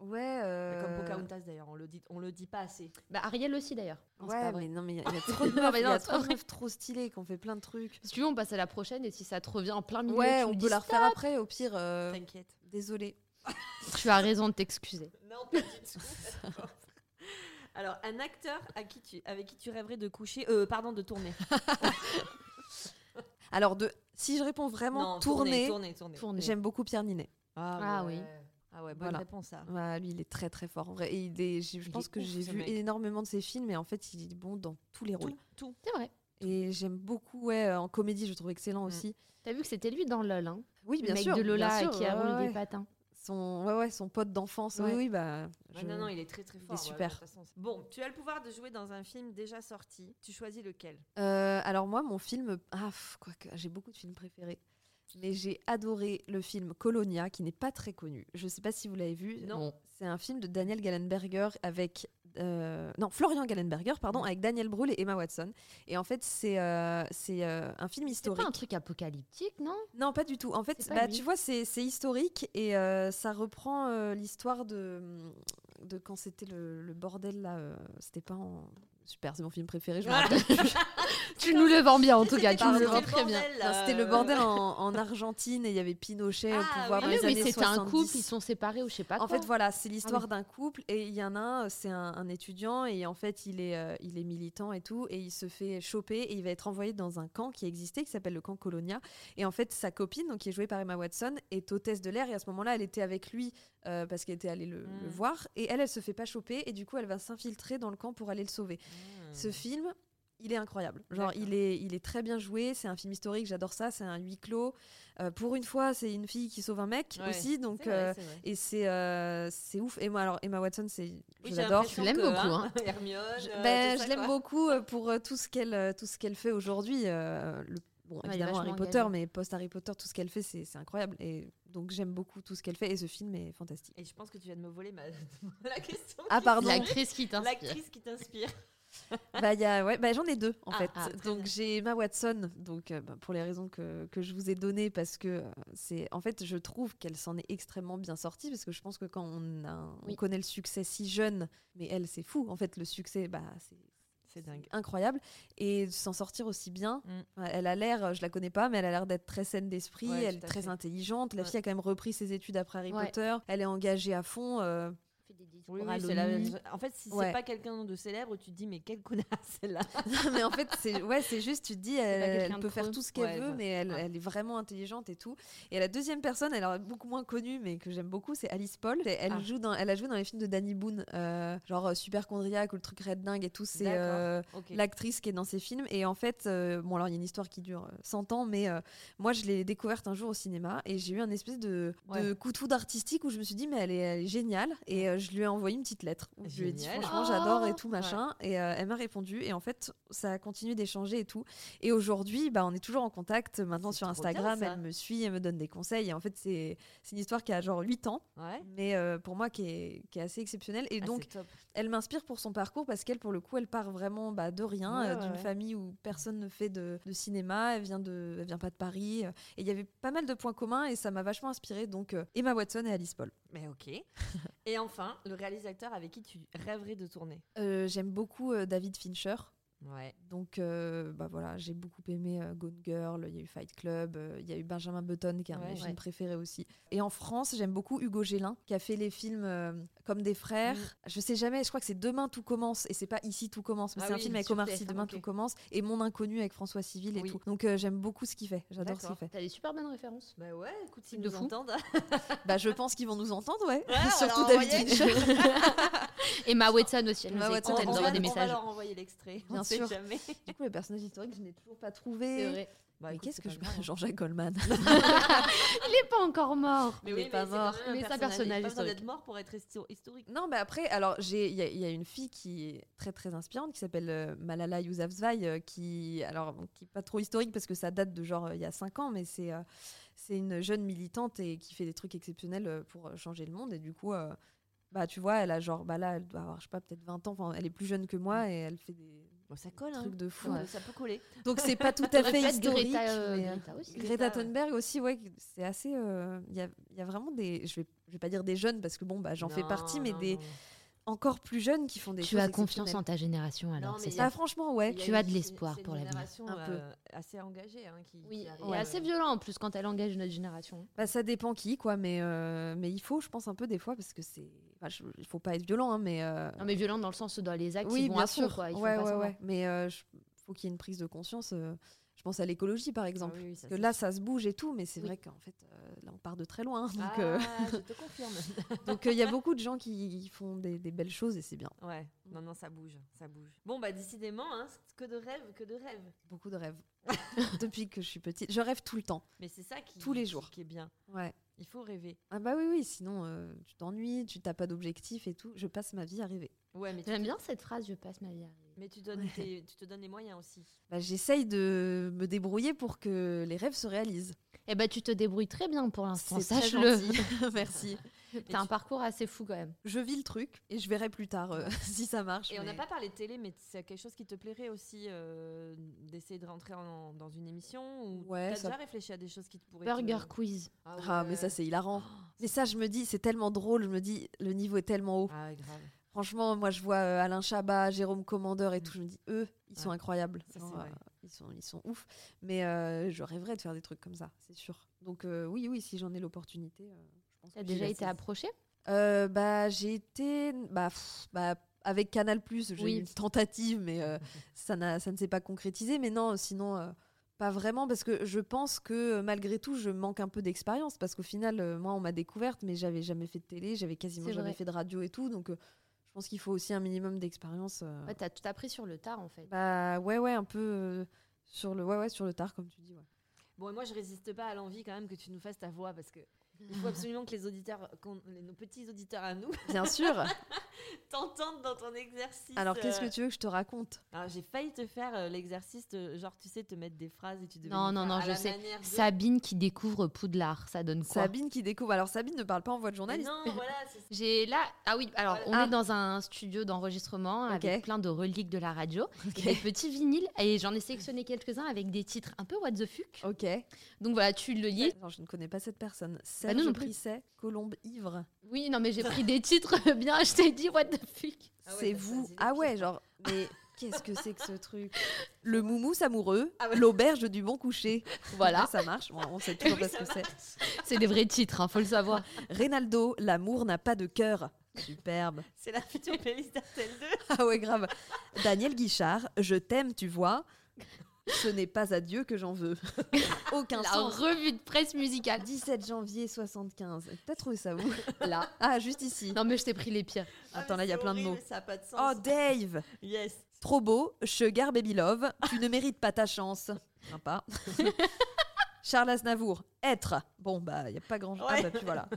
Ouais. euh,
Comme Pocahontas d'ailleurs, on le dit, on le dit pas assez.
Bah, Ariel aussi d'ailleurs. Non, c'est pas
Ouais,
vrai.
mais non, mais il y, [laughs] a- y a trop de
Non,
meufs,
mais
y
non,
a
c'est
trop,
pas
de
vrai.
meufs trop stylées qui ont fait plein de trucs.
Si tu veux, on passe à la prochaine et si ça te revient en plein milieu,
Ouais,
tu
on
me
peut
dis
la
stop.
refaire après, au pire. euh,
T'inquiète.
Désolée.
Tu as raison de t'excuser.
Non, pas du tout. [laughs] Alors, un acteur à qui tu, avec qui tu rêverais de coucher, euh, pardon, de tourner.
Alors, de, si je réponds vraiment
Non,
tournée,
tourner, tourner, tourner.
Tourner.
j'aime beaucoup Pierre Ninet.
Ah oui.
Ah ouais, bonne
Voilà.
réponse ça.
Ouais, lui, il est très très fort. En vrai. Et il est- je je
Il
pense
est
que
ouf,
j'ai
ce
vu
mec.
énormément de ses films et en fait, il est bon dans tous les rôles.
Tout, tout. Mm.
C'est vrai.
Et j'aime beaucoup, ouais, euh, en comédie, je le trouve excellent aussi.
T'as vu que c'était lui dans LOL, hein
Oui, bien
Le mec
sûr.
de
bien
Lola
sûr,
qui
ouais,
a roulé
ouais.
des patins.
Son, ouais, ouais, son pote d'enfance.
Ouais.
Oui, oui, bah.
Ouais,
je-
Ah Non, non, il est très très fort. ouais, de
super.
toute façon. Bon, tu as le pouvoir de jouer dans un film déjà sorti. Tu choisis lequel
Euh, alors, moi, mon film. Ah, pff, quoi que- j'ai beaucoup de films préférés. Mais j'ai adoré le film Colonia, qui n'est pas très connu. Je sais pas si vous l'avez vu.
Non.
C'est un film de Daniel Gallenberger avec. euh, non, Florian Gallenberger, pardon, avec Daniel Brühl et Emma Watson. Et en fait, c'est euh, c'est euh, un film
C'est
historique.
pas un truc apocalyptique, non
Non, pas du tout. En fait,
C'est pas
bah,
lui.
tu vois, c'est c'est historique et euh, ça reprend euh, l'histoire de, de quand c'était le, le bordel là. euh, c'était pas en. Super, c'est mon film préféré,
[laughs]
je me rappelle.
Tu nous le vends bien en tout cas, tu
par
nous le
le
vends très bien.
Enfin, c'était le bordel euh. en, en Argentine et il y avait Pinochet
Ah
au pouvoir
Ah
dans
oui,
les
oui,
années
c'était un
70.
couple, ils sont séparés ou je sais pas
En
quoi.
fait, voilà, c'est l'histoire d'un couple et il y en a un, c'est un, un étudiant et en fait, il est, euh, il est militant et tout et il se fait choper et il va être envoyé dans un camp qui existait qui s'appelle le camp Colonia et en fait, sa copine, donc qui est jouée par Emma Watson, est hôtesse de l'air et à ce moment-là, elle était avec lui euh, parce qu'elle était allée le, le
Mm.
voir et elle, elle se fait pas choper et du coup, elle va s'infiltrer dans le camp pour aller le sauver.
Hmm.
Ce film, il est incroyable. Genre, il est, il est très bien joué. C'est un film historique, j'adore ça. C'est un huis clos. Euh, pour une fois, c'est une fille qui sauve un mec
Ouais.
aussi. Donc, euh, et c'est euh, c'est ouf. Et moi, alors, Emma Watson, c'est je l'adore.
j'adore.
Tu l'aimes beaucoup, hein.
[laughs] Hermione.
Je,
euh,
ben,
tout ça,
je l'aime
quoi.
beaucoup euh, pour euh, tout ce qu'elle euh, tout ce qu'elle fait aujourd'hui. euh, le- Bon,
elle est
évidemment Harry
vachement
Potter,
engagée.
mais post Harry Potter, tout ce qu'elle fait, c'est c'est incroyable. Et donc j'aime beaucoup tout ce qu'elle fait. Et ce film est fantastique.
[laughs] Et je pense que tu viens de me voler ma... [laughs] la question.
Ah
qui-
pardon.
La crise qui t'inspire.
L'actrice qui t'inspire.
Bah, il y a- ouais, bah, j'en ai deux en
Ah,
fait.
ah,
donc j'ai Emma Watson, donc euh, bah, pour les raisons que, que je vous ai données, parce que euh, c'est en fait je trouve qu'elle s'en est extrêmement bien sortie, parce que je pense que quand on, a, un- on
Oui.
connaît le succès si jeune, mais elle c'est fou. En fait le succès, bah [laughs] c'est
C'est dingue.
incroyable et s'en sortir aussi bien.
Mm.
Enfin, Elle a l'air, euh, je la connais pas, mais elle a l'air d'être très saine d'esprit,
Ouais,
elle est
tout à
très
fait.
intelligente. La
Ouais.
fille a quand même repris ses études après Harry
Ouais.
Potter. Elle est engagée à fond. euh, [coughs]
Fait des discours
Oui,
à
oui, c'est la-
l'ONU.
En fait, si
Ouais.
c'est pas quelqu'un de célèbre, tu te dis, mais quelle connasse [laughs] celle-là.
Non, mais en fait, c'est ouais, c'est juste, tu te dis, elle,
quelqu'un
elle
de
peut faire
creux.
tout ce qu'elle
Ouais,
veut,
ça-
mais elle,
ouais.
elle est vraiment intelligente et tout. Et la deuxième personne, elle est beaucoup moins connue, mais que j'aime beaucoup, c'est Alice Paul. Et Elle,
Ah.
joue dans, elle a joué dans les films de Danny Boone, euh, genre euh, Superchondriaque ou le truc Red Dingue et tout. C'est
D'accord.
euh,
Ok.
l'actrice qui est dans ces films. Et en fait, euh, bon, alors il y a une histoire qui dure euh, 100 ans, mais euh, moi, je l'ai découverte un jour au cinéma et j'ai eu un espèce de, de
Ouais.
coup de foudre artistique où je me suis dit, mais elle est, elle est géniale. Et euh, je lui ai envoyé une petite lettre où je lui ai dit,
Génial.
franchement,
Oh.
j'adore et tout, machin. Et euh, elle m'a répondu. Et en fait, ça a continué d'échanger et tout. Et aujourd'hui, bah, on est toujours en contact. Maintenant,
C'est
sur
trop bien,
Instagram,
ça.
elle me suit, elle me donne des conseils. Et en fait, c'est c'est une histoire qui a genre 8 ans,
Ouais.
mais euh, pour moi, qui est, qui est assez exceptionnelle. Et
Ah,
donc,
c'est top.
elle m'inspire pour son parcours parce qu'elle, pour le coup, elle part vraiment bah, de rien,
Ouais,
euh,
ouais,
d'une
ouais.
famille où personne ne fait de, de cinéma, elle vient, de, elle vient pas de Paris. euh, et il y avait pas mal de points communs et ça m'a vachement inspirée. Donc, euh, Emma Watson et Alice Paul.
Mais
[laughs]
ok. Et enfin, le réalisateur avec qui tu rêverais de tourner.
Euh, J'aime beaucoup euh, David Fincher.
Ouais.
Donc euh, bah voilà, j'ai beaucoup aimé euh, Gone Girl, il y a eu Fight Club, euh, il y a eu Benjamin Button qui est un de
Ouais.
mes films
Ouais.
préférés aussi. Et en France, j'aime beaucoup Hugo Gélin qui a fait les films euh, Comme des frères. Je sais jamais, je crois que c'est Demain tout commence et c'est pas Ici tout commence, mais
Mm. Ah
c'est un
oui,
film avec
sur
Omar
TF1,
Sy, Demain
ok.
tout commence et Mon inconnu avec François Civil et
Oui.
tout. Donc euh, j'aime beaucoup ce qu'il fait, j'adore ce qu'il
D'accord.
fait.
T'as des super bonnes références.
Bah ouais, écoute, s'ils
Film de
nous
fou.
entendent.
bah je pense qu'ils vont nous entendre, ouais.
Ouais, on va
Surtout
leur envoyer.
David Fincher.
[laughs]
Et ma Wetson aussi, elle nous
Ma
écoute,
Watson,
elle nous
on
envoie
va-
des
on va
messages.
leur envoyer l'extrait.
Bien
on sait
sûr.
jamais.
du coup, le personnage historique, je n'ai toujours pas
C'est
trouvé.
vrai.
Bah,
mais
écoute,
qu'est-ce
c'est
que
pas
je
grave, hein.
mange Jean-Jacques Goldman
Il est pas encore mort.
Mais
Il
oui,
est
mais
pas
c'est quand
mort.
même un
Mais ça, personnage
personnage. Il a pas besoin
historique.
d'être mort pour être histo- historique.
Non, mais après, alors j'ai, il y, a- il y a une fille qui est très très inspirante qui s'appelle euh, Malala Yousafzai, euh, qui, alors bon, qui est pas trop historique parce que ça date de genre euh, il y a 5 ans, mais c'est euh, c'est une jeune militante et qui fait des trucs exceptionnels euh, pour changer le monde et du coup. euh, bah tu vois elle a genre bah là elle doit avoir je sais pas peut-être 20 ans enfin elle est plus jeune que moi et elle fait des
Bon, ça colle, hein.
trucs de fou
Ouais, Ça peut coller.
donc
[laughs]
c'est pas tout à fait
Faites
historique
Greta, euh,
mais, euh,
Greta aussi.
Greta
ouais.
Thunberg aussi, ouais, c'est assez. euh, Il y, a, il y a vraiment des. Je vais, je vais pas dire des jeunes parce que bon, bah, j'en fais
Non,
partie, mais
non,
des
non.
encore plus jeunes qui font des
Tu
choses.
as confiance en
exceptionnelles.
ta génération alors,
Non,
c'est
mais
ça
Ah, franchement, ouais.
Il y a
Tu
une-
as de
c'est-
l'espoir
c'est
pour
une
l'avenir.
génération,
Un
euh, assez engagée, hein, qui,
Oui,
qui arrive,
et
euh,
assez violent en plus quand elle engage notre génération.
Bah, ça dépend qui, quoi, mais, euh, mais il faut, je pense, un peu des fois parce que c'est. enfin, je- il faut pas être violent, hein, mais. euh,
Non mais violent dans le sens dans les actes, ils vont à fond, quoi. Ils font
ouais,
pas
ouais,
semblant.
ouais. Mais il faut qu'il y ait une prise de conscience. euh, je pense à l'écologie, par
ah
exemple.
oui, oui, ça,
Parce
c'est
que là, ça se bouge et tout, mais c'est
Oui.
vrai qu'en fait, euh, là, on part de très loin.
sûr.
Donc,
Ah,
euh,
je
[laughs]
te confirme.
donc, euh, il y a beaucoup de gens qui font des, des belles choses et c'est bien.
ouais, non, non, ça bouge, ça bouge. Bon, bah, décidément, hein, c'est que de rêves, que de rêves.
Beaucoup
[laughs]
de rêves. Depuis que je suis petite, je rêve tout le temps.
Mais c'est ça qui,
Tous les
qui-
jours.
qui est bien.
Ouais.
Il faut rêver.
Ah bah oui oui, sinon euh, tu t'ennuies, tu t'as pas d'objectif et tout. Je passe ma vie à rêver.
Ouais, mais tu, [laughs]
J'aime bien cette phrase, je passe ma vie. à-
mais tu, donnes
Ouais.
tes- tu te donnes les moyens aussi.
Bah, j'essaye de me débrouiller pour que les rêves se réalisent.
Eh ben tu te débrouilles très bien pour l'instant,
C'est très
sache-le.
[laughs]
gentil. [laughs] Merci.
Et
T'as un
tu-
parcours assez fou quand même.
Je vis le truc et je verrai plus tard euh, [laughs] si ça marche.
Et on n'a
mais-
pas parlé de télé, mais c'est quelque chose qui te plairait aussi euh, d'essayer de rentrer en- dans une émission ou
Ouais,
t'as
ça-
déjà réfléchi à des choses qui te pourraient. te-
Burger quiz.
Ah,
Ah mais ça
ouais.
c'est hilarant.
Oh,
Mais ça je me dis c'est tellement drôle, je me dis le niveau est tellement haut.
Ah, grave.
Franchement moi je vois euh, Alain Chabat, Jérôme Commandeur et tout, je me dis eux ils sont
Mm. Ouais.
incroyables.
Ça, c'est
Genre,
vrai.
euh, ils sont ils sont ouf. Mais euh, je rêverais de faire des trucs comme ça, c'est sûr. Donc euh, oui oui si j'en ai l'opportunité. euh, je pense
T'as
que
déjà
j'y vais.
été approché
Euh, bah, j'ai été. Bah, pff, bah, avec Canal, j'ai
Oui.
eu une tentative, mais euh, ça, n'a- ça ne s'est pas concrétisé. Mais non, sinon, euh, pas vraiment, parce que je pense que malgré tout, je manque un peu d'expérience. Parce qu'au final, euh, moi, on m'a découverte, mais j'avais jamais fait de télé, j'avais quasiment
C'est
jamais
vrai.
fait de radio et tout. Donc, euh, je pense qu'il faut aussi un minimum d'expérience. euh.
Ouais, t'as tout appris sur le tard en fait.
Bah, ouais, ouais, un peu euh, sur, le, ouais, ouais, sur le tard, comme tu dis. ouais.
Bon, et moi, je résiste pas à l'envie quand même que tu nous fasses ta voix parce que il faut absolument que les auditeurs, qu'on- les- nos petits auditeurs à nous, [laughs]
[laughs]
Bien sûr.
t'entendent dans ton exercice.
Alors, qu'est-ce que
euh.
tu veux que je te raconte
Alors, j'ai failli te faire euh, l'exercice, de- genre, tu sais, te mettre des phrases et tu devais.
Non, non,
nous faire
non,
à
je
la
sais.
manière de-
Sabine qui découvre Poudlard, ça donne quoi
Sabine qui découvre. Alors, Sabine ne parle pas en voix de
Mais
journaliste.
Non, voilà, c'est ça.
J'ai là, ah oui, alors on
Ah.
est dans un studio d'enregistrement
Ok.
avec plein de reliques de la radio, et des petits vinyles, et j'en ai sélectionné quelques-uns avec des titres un peu what the fuck.
Ok.
Donc voilà, tu le lis.
Attends, Bah, je ne connais pas cette personne.
Bah,
Serge
nous non plus.
Prisset, Colombe Ivre.
Oui, non, mais j'ai pris des titres [laughs] bien, je t'ai dit what the fuck.
Ah ouais,
c'est
ça, ça,
vous.
c'est
Ah
des
ouais,
pires. [laughs]
genre, mais qu'est-ce que c'est que ce truc Le moumous amoureux,
Ah ouais.
l'auberge du bon
[laughs]
coucher.
Voilà.
Ouais, ça marche. Bon, on sait toujours
Oui,
pas ce
ça
que c'est.
C'est des vrais titres, hein, faut le savoir.
Reynaldo, l'amour n'a pas de cœur.
[laughs]
Superbe.
C'est la future playlist d'RTL 2.
Ah ouais, grave. [laughs] Daniel Guichard, je t'aime, tu vois. Ce n'est pas à Dieu que
[laughs]
j'en veux. Aucun
La
sens.
revue de presse musicale.
17 janvier 75. T'as trouvé ça où [laughs] Là. Ah, juste ici.
Non, mais je t'ai pris les pires.
Ah,
Attends, là, il y a plein de mots.
Ça n'a pas de sens.
Oh, Dave
yes.
Trop beau, sugar baby love, tu ne mérites pas ta chance.
[laughs]
Sympa. Charles Aznavour, être. Bon, bah, il n'y a pas grand chose. Ah,
Ouais.
bah, puis voilà.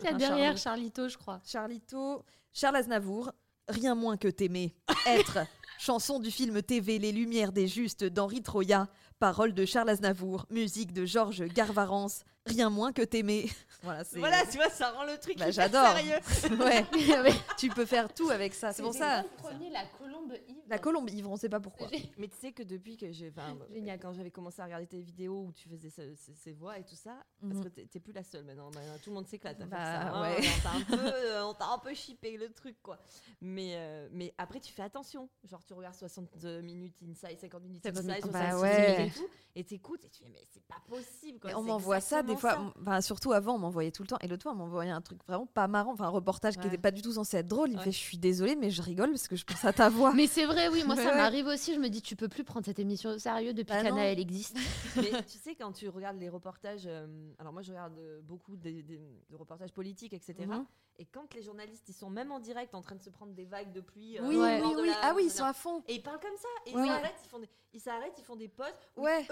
Il y a
Un
derrière Charlito, je [laughs] crois.
Charlito, Charles Aznavour, rien moins que t'aimer. Être. Chanson du film TV Les Lumières des Justes d'Henri Troya. Paroles de Charles Aznavour, musique de Georges Garvarance. Rien moins que t'aimer.
Voilà, c'est.
[laughs]
Voilà, tu vois, ça rend le truc
Bah,
hyper
j'adore.
sérieux.
ouais. tu peux faire tout avec ça. C'est pour ça.
Prenez la colombe Yves.
La colombe Yvre, on sait pas pourquoi.
Mais tu sais que depuis que j'ai. enfin, euh,
Génial.
Quand j'avais commencé à regarder tes vidéos où tu faisais ce- ce- ces voix et tout ça, parce
Mhm.
que t'es- t'es plus la seule maintenant. bah, Tout le monde s'éclate à
Bah,
faire ça. hein,
ouais.
on t'a un peu, euh, on t'a un peu chippé le truc, quoi. Mais, euh, mais après, tu fais attention. Genre, tu regardes 60 minutes inside, 50 minutes
50
inside,
minutes,
60
bah
minutes
ouais.
et tout. Et t'écoutes et tu fais, mais c'est pas possible. Quoi,
Mais on
c'est
m'envoie ça des fois,
exactement
[laughs] m- enfin, surtout avant, on m'envoyait tout le temps. Et l'autre fois, on m'envoyait un truc vraiment pas marrant, enfin un reportage qui
Ouais.
n'était pas du tout censé être drôle. Il me
Ouais.
fait Je suis désolée, mais je rigole parce que je pense à
[laughs]
ta voix.
Ah. Mais c'est vrai, oui, moi
Ouais,
ça
ouais.
m'arrive aussi. Je me dis, tu peux plus prendre cette émission au sérieux depuis
Bah non.
qu'Anna elle existe.
Mais tu sais, quand tu regardes les reportages, euh, alors moi je regarde euh, beaucoup des, des- de reportages politiques, etc.
Mhm.
Et quand les journalistes, ils sont même en direct en train de se prendre des vagues de pluie. euh,
Oui,
au
Ouais.
bord
oui,
de
oui.
la-
Ah oui, ils sont à fond.
Et ils parlent comme ça. Et
Oui.
ils s'arrêtent, ils font des, ils s'arrêtent, ils font des pauses.
Ouais.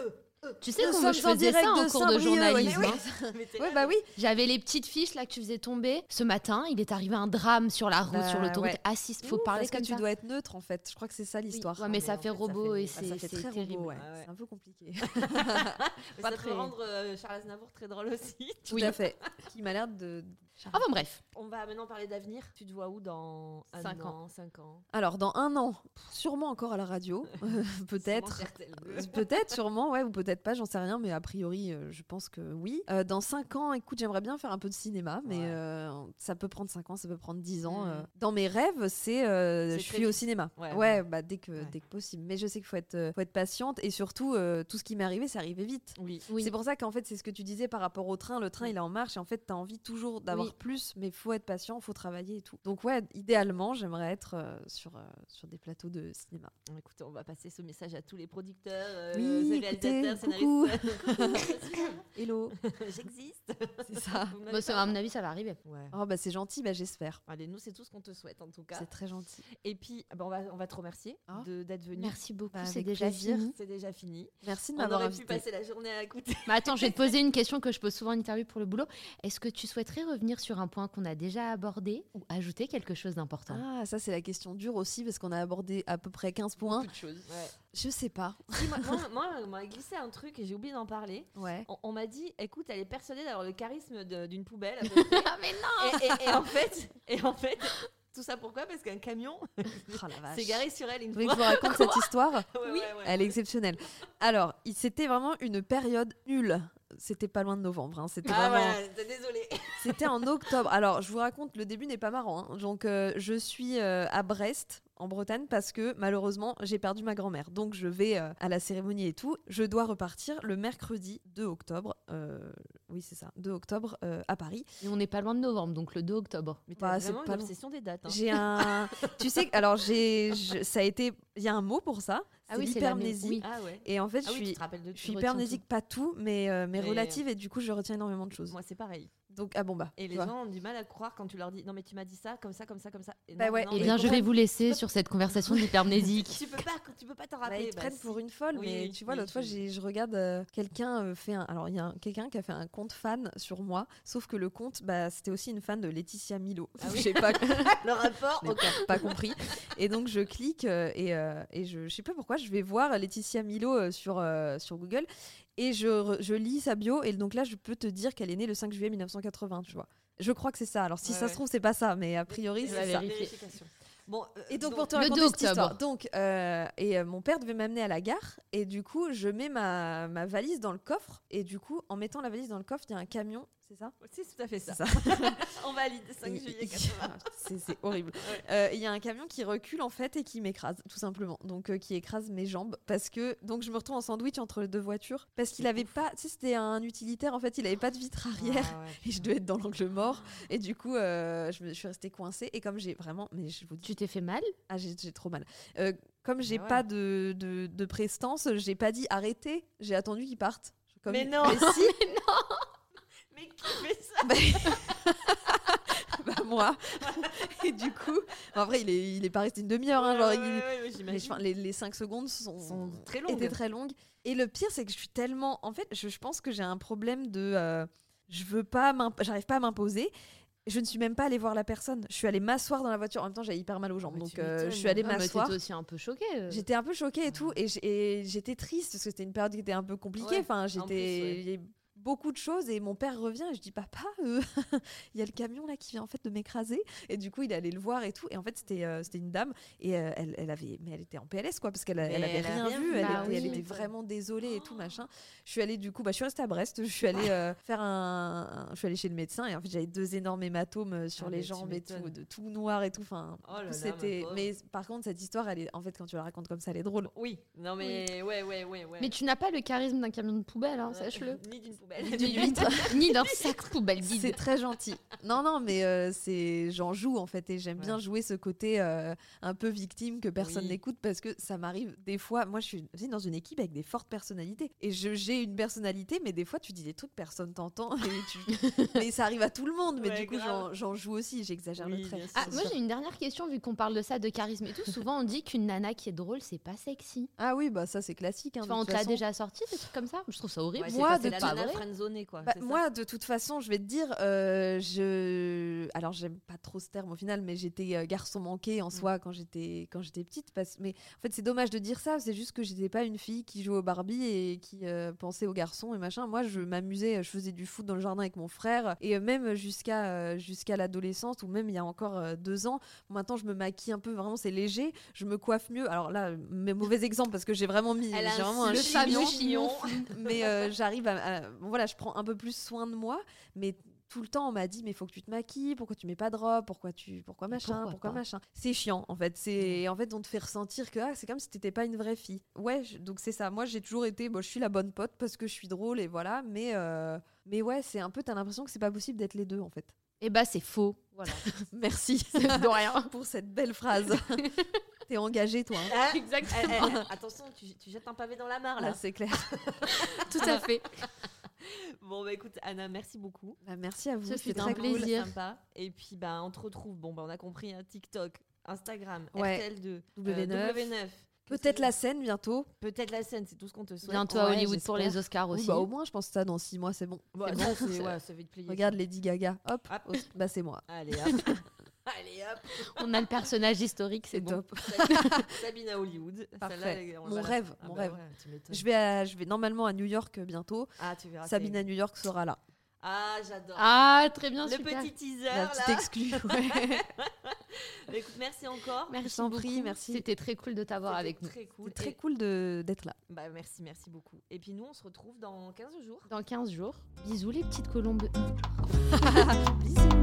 Tu sais
Nous
qu'on je
sommes en
faisais
direct
ça en
de
cours de
Saint-Brieuc,
journalisme.
oui,
hein.
[laughs] Mais t'es
Ouais,
là,
bah oui.
J'avais les petites fiches là que tu faisais tomber. Ce matin, il est arrivé un drame sur la route,
Bah,
sur l'autoroute
ouais.
A6. Faut
Ouh,
parler
parce que
comme
tu
ça.
dois être neutre en fait. Je crois que c'est ça l'histoire.
Ouais, mais
mais
ça
en
fait
fait, ça
robot
fait-
et
Ah, ça
c'est
fait
c'est
très
terrible.
robot, ouais.
Ah ouais.
C'est un peu compliqué. bah,
mais
pas
ça
très-
peut rendre euh, Charles Aznavour très drôle aussi. [laughs]
Tout à fait. Qui m'a l'air de.
Ah, Enfin bref,
On va maintenant parler d'avenir. Tu te vois où dans un
Cinq
an, 5 ans
Alors, dans un an, sûrement encore à la radio, [laughs] peut-être.
Sûrement RTL Bleu.
[laughs] Peut-être, sûrement, ouais, ou peut-être pas, j'en sais rien, mais a priori, euh, je pense que oui. Euh, dans 5 ans, écoute, j'aimerais bien faire un peu de cinéma, mais
Ouais.
euh, ça peut prendre 5 ans, ça peut prendre 10 ans.
Mhm.
euh. Dans mes rêves, c'est euh,
C'est
je
très
suis au
vite.
cinéma.
Ouais,
Ouais,
ouais.
Bah, dès, que,
Ouais.
dès que possible. Mais je sais qu'il faut être, euh, faut être patiente et surtout, euh, tout ce qui m'est arrivé, c'est arrivé vite.
Oui.
Oui.
C'est pour ça qu'en fait, c'est ce que tu disais par rapport au train. Le train, il est en marche et en fait, tu as envie toujours d'avoir
Oui.
plus, mais faut être patient, faut travailler et tout. Donc, ouais, idéalement, j'aimerais être euh, sur, euh, sur des plateaux de cinéma.
Écoute, on va passer ce message à tous les producteurs, euh,
Oui,
réalisateurs,
écoutez,
scénaristes.
Hello,
[laughs] J'existe.
c'est ça.
Vous
Bah,
m'avez
ça,
pas-
à mon avis, ça va arriver.
Ouais.
[laughs] Oh bah c'est gentil, bah j'espère.
Allez, nous, c'est tout ce qu'on te souhaite en tout cas.
C'est très gentil.
Et puis, bah, on, va, on va te remercier
Ah.
de- d'être venu.
Merci beaucoup,
Bah,
c'est
avec
déjà
plaisir.
fini.
C'est déjà fini.
Merci de
On
m'avoir
aurait
invité.
pu passer la journée à [laughs] écouter.
Mais attends, je vais te poser une question que je pose souvent en interview pour le boulot. Est-ce que tu souhaiterais revenir sur un point qu'on a déjà abordé ou ajouter quelque chose d'important
Ah ça c'est la question dure aussi parce qu'on a abordé à peu près 15 points.
Ouais.
Je sais pas.
Si, moi, moi, moi, on m'a glissé un truc et j'ai oublié d'en parler.
[laughs] Ouais.
On, on m'a dit, écoute, elle est persuadée d'avoir le charisme de- d'une [laughs] poubelle. à peu près.
mais non
et, et- et en fait, et en fait, tout ça pourquoi Parce qu'un camion
Oh la vache.
s'est garé sur elle une
Vous voulez que
fois.
je vous raconte cette [laughs] histoire
[laughs] Ouais, ouais, ouais.
Elle est exceptionnelle. Alors, il- c'était vraiment une période nulle. C'était pas loin de novembre. hein. C'était
Ah
vraiment.
voilà, t'es désolée.
C'était en octobre. Alors, je vous raconte, le début n'est pas marrant. hein. Donc, euh, je suis euh, à Brest, en Bretagne, parce que malheureusement, j'ai perdu ma grand-mère. Donc, je vais euh, à la cérémonie et tout. Je dois repartir le mercredi 2 octobre. euh, oui, c'est ça, 2 octobre euh, à Paris.
Et on n'est pas loin de novembre, donc le 2 octobre.
Mais
Bah,
t'as
c'est
vraiment
pas
une
long.
obsession des dates. hein.
J'ai
[laughs]
un. tu sais, que- alors, j'ai, je- ça a été. Il y a un mot pour ça.
Ah
c'est
oui, c'est
l'hypermnésie.
l'amné- oui.
Ah ouais.
Et en fait,
Ah
je
oui, tu
suis.
te rappelles de
Je
tout.
suis
retiens
hypermnésique, pas tout, mais, euh, mais
Mais-
relative, et du coup, je retiens énormément de choses.
Moi, c'est pareil.
Donc, ah bon, bah.
Et
tu
les
vois.
gens ont du mal à croire quand tu leur dis non mais tu m'as dit ça comme ça comme ça comme ça. Et
Bah
non,
ouais,
non,
Eh
mais
bien, je
pourquoi-
vais vous laisser sur cette conversation d'hypermnésique.
[laughs] Tu peux pas, tu peux pas t'en
Bah,
rappeler.
ils te
bah,
prennent
si.
pour une folle,
Oui,
mais
oui,
tu vois,
oui,
l'autre fois,
je-
j'ai- je regarde, euh, quelqu'un euh, fait un. Alors, il y a un- quelqu'un qui a fait un compte fan sur moi, sauf que le compte, bah, c'était aussi une fan de Laetitia Milo.
Ah oui.
[laughs] j'ai
[laughs]
pas,
Le rapport.
je n'ai pas- pas compris. Et donc, je clique euh, et, euh, et je, je sais pas pourquoi, je vais voir Laetitia Milo euh, sur, euh, sur Google et je, re- je lis sa bio. Et donc là, je peux te dire qu'elle est née le 5 juillet 1980, tu vois. Je crois que c'est ça. Alors, si
Ouais,
ça
ouais.
se trouve, c'est pas ça, mais a priori,
va
c'est ça.
vérifier.
Bon. euh,
Et donc,
donc,
pour te
le
raconter
2
cette histoire,
octobre.
donc, euh, et euh, mon père devait m'amener à la gare, et du coup, je mets ma, ma valise dans le coffre, et du coup, en mettant la valise dans le coffre, il y a un camion, c'est ça
C'est tout à fait ça.
C'est ça.
[laughs] On valide 5
[laughs] Il-
juillet
il-
80.
C'est c'est horrible. Euh, Il y a un camion qui recule en fait et qui m'écrase, tout simplement. Donc euh, qui écrase mes jambes parce que donc je me retrouve en sandwich entre les deux voitures parce qu'il avait pas, tu sais, c'était un utilitaire en fait, il avait pas de vitre arrière.
Ah.
Et je devais être dans l'angle mort. Et du coup, euh, je, me, je suis restée coincée. Et comme j'ai vraiment. Mais je vous dis.
tu t'es fait mal
Ah, j'ai j'ai trop mal. Euh, comme j'ai
Bah ouais.
pas de, de, de prestance, j'ai pas dit arrêtez, j'ai attendu qu'ils partent. Comme-
Mais non.
Mais
[laughs]
si,
Mais qui fait ça
bah
[laughs]
moi Et du coup, en vrai, il est, il est pas resté une demi-heure, hein, genre,
Ouais,
il-
ouais, ouais, ouais,
les,
j'imagine. Oh.
enfin, les, les cinq secondes sont,
sont très
étaient
longues.
très longues. Et le pire, c'est que je suis tellement. En fait, je, je pense que j'ai un problème de. euh, je veux pas. m'imp- J'arrive pas à m'imposer. Je ne suis même pas allée voir la personne. Je suis allée m'asseoir dans la voiture. En même temps, j'avais hyper mal aux jambes.
Mais
donc,
tu
euh,
m'étonnes. bah,
je suis allée
Ah, mais
m'asseoir.
t'étais aussi un peu
euh,
choquée. euh.
J'étais un peu choquée et tout. Et j'ai- Et j'étais triste parce que c'était une période qui était un peu compliquée.
Ouais,
enfin, j'étais.
plus, ouais.
il y a eu beaucoup de choses. Et mon père revient et je dis Papa, euh, [laughs] il y a le camion là qui vient en fait de m'écraser. Et du coup, il est allé le voir et tout. Et en fait, c'était euh, c'était une dame et euh, elle, elle avait, mais elle était en PLS quoi, parce qu'elle a-
Mais
elle avait
elle a
rien
rien
vu.
vu. Oh.
Elle,
Bah
était, elle
oui.
était vraiment désolée et tout machin. Je suis allée du coup, bah, je suis restée à Brest. Je suis allée euh, faire un, un- je suis allée chez le médecin et en fait, j'avais deux énormes hématomes euh, sur
Ah,
les
mais tu
jambes et tout,
m'étonnes.
de tout noir et tout. Enfin,
Oh là là, ma
c'était.
pauvre.
Mais par contre, cette histoire, elle est, en fait, quand tu la racontes comme ça, elle est drôle.
Oui, non mais ouais, ouais, ouais, ouais.
Mais tu n'as pas le charisme d'un camion de poubelle, hein, sache-le.
[laughs] Ni d'une poubelle.
Ni d'une huître, ni d'un sac poubelle
C'est
vide.
très
[laughs]
gentil. Non, non, mais euh, c'est j'en joue en fait et j'aime bien jouer ce côté euh, un peu victime que personne
Oui.
n'écoute parce que ça m'arrive des fois. Moi, je suis aussi dans une équipe avec des fortes personnalités et je j'ai une personnalité, mais des fois tu dis des trucs personne
[laughs]
t'entend. et tu- mais ça arrive à tout le monde. Mais
Ouais,
du coup,
grave.
j'en- j'en joue aussi. J'exagère
Oui,
le trait.
bien sûr.
Ah, moi j'ai une dernière question vu qu'on parle de ça, de charisme et tout. Souvent on dit qu'une nana qui est drôle, c'est pas sexy.
Ah oui, bah ça c'est classique. hein, de
Enfin, on
toute
te l'a
façon.
déjà sorti, des trucs comme ça Je trouve ça horrible.
Ouais, moi, de
la
pas
nana
vrai.
friendzonée, quoi.
Bah,
c'est ça
moi, de toute façon, je vais te dire, euh, je. Alors, j'aime pas trop ce terme au final, mais j'étais euh, garçon manqué
Mm.
en soi quand j'étais quand j'étais petite. Parce... Mais en fait, c'est dommage de dire ça. C'est juste que j'étais pas une fille qui jouait au Barbie et qui euh, pensait aux garçons et machin. Moi, je m'amusais, je faisais du foot dans le jardin avec mon frère et euh, même jusqu'à euh, jusqu'à l'adolescence ou même il y a encore euh, deux ans. Maintenant, je me maquille un peu. Vraiment, c'est léger. Je me coiffe mieux. Alors là, mes mauvais exemples parce que j'ai vraiment mis.
Elle a
j'ai
un
vraiment un
le
chignon
fameux chignon.
[laughs] mais euh, j'arrive à, à- bon, voilà je prends un peu plus soin de moi mais tout le temps on m'a dit mais faut que tu te maquilles pourquoi tu mets pas de robe pourquoi tu pourquoi machin pourquoi,
pourquoi pas
machin c'est chiant en fait c'est en fait on te fait ressentir que ah, c'est comme si t'étais pas une vraie fille ouais je- donc c'est ça moi j'ai toujours été bon, je suis la bonne pote parce que je suis drôle et voilà mais euh, mais ouais c'est un peu t'as l'impression que c'est pas possible d'être les deux en fait
Eh bah c'est faux.
[laughs]
[laughs]
merci
De rien.
[laughs] pour cette
[laughs]
belle phrase t'es engagée toi hein.
Ah, eh,
Exactement.
eh, eh, attention, tu, tu jettes un pavé dans la mare
Là,
là.
c'est clair.
Tout à fait.
Bon bah écoute Anna, merci beaucoup.
Bah, merci à vous.
Ça,
c'est
c'était
très
un
cool.
plaisir.
sympa. Et puis bah on te retrouve. Bon bah on a compris hein, TikTok, Instagram,
Ouais.
RTL2, euh,
W9.
W9.
Peut-être la scène bientôt.
peut-être la scène, c'est tout ce qu'on te souhaite.
Bientôt à
Ouais,
Hollywood pour les
j'espère.
Oscars
Oui,
aussi.
bah, au moins, je pense que ça, dans six mois, c'est bon.
Bah,
C'est
ça, [laughs]
bon.
c'est-
C'est-
ouais, ça va te plier.
Regarde Lady Gaga. Hop,
Hop.
os- bah, c'est moi.
Allez hop.
[laughs]
Allez hop.
On a le personnage historique, [laughs] c'est
C'est
bon.
top.
Sabine à Hollywood.
Parfait.
Celle-là, elle est- on
Mon
va la-
rêve,
Ah
mon
bah
rêve.
ouais, tu m'étonnes.
Je vais, à- je vais normalement à New York euh, bientôt.
Ah tu verras.
Sabine
c'est-
à New York sera là.
Ah j'adore.
Ah, très bien,
Le
super.
petit teaser
La
là.
petite exclue.
[laughs]
ouais.
Bah, Écoute, merci encore.
Merci
Je t'en
beaucoup.
prie, merci.
C'était très cool de t'avoir
C'était
avec nous.
Très cool.
C'est très
Et-
cool de- d'être là.
Bah merci, merci beaucoup. Et puis nous, on se retrouve dans 15 jours.
Dans 15 jours, bisous les petites colombes.
Bisous.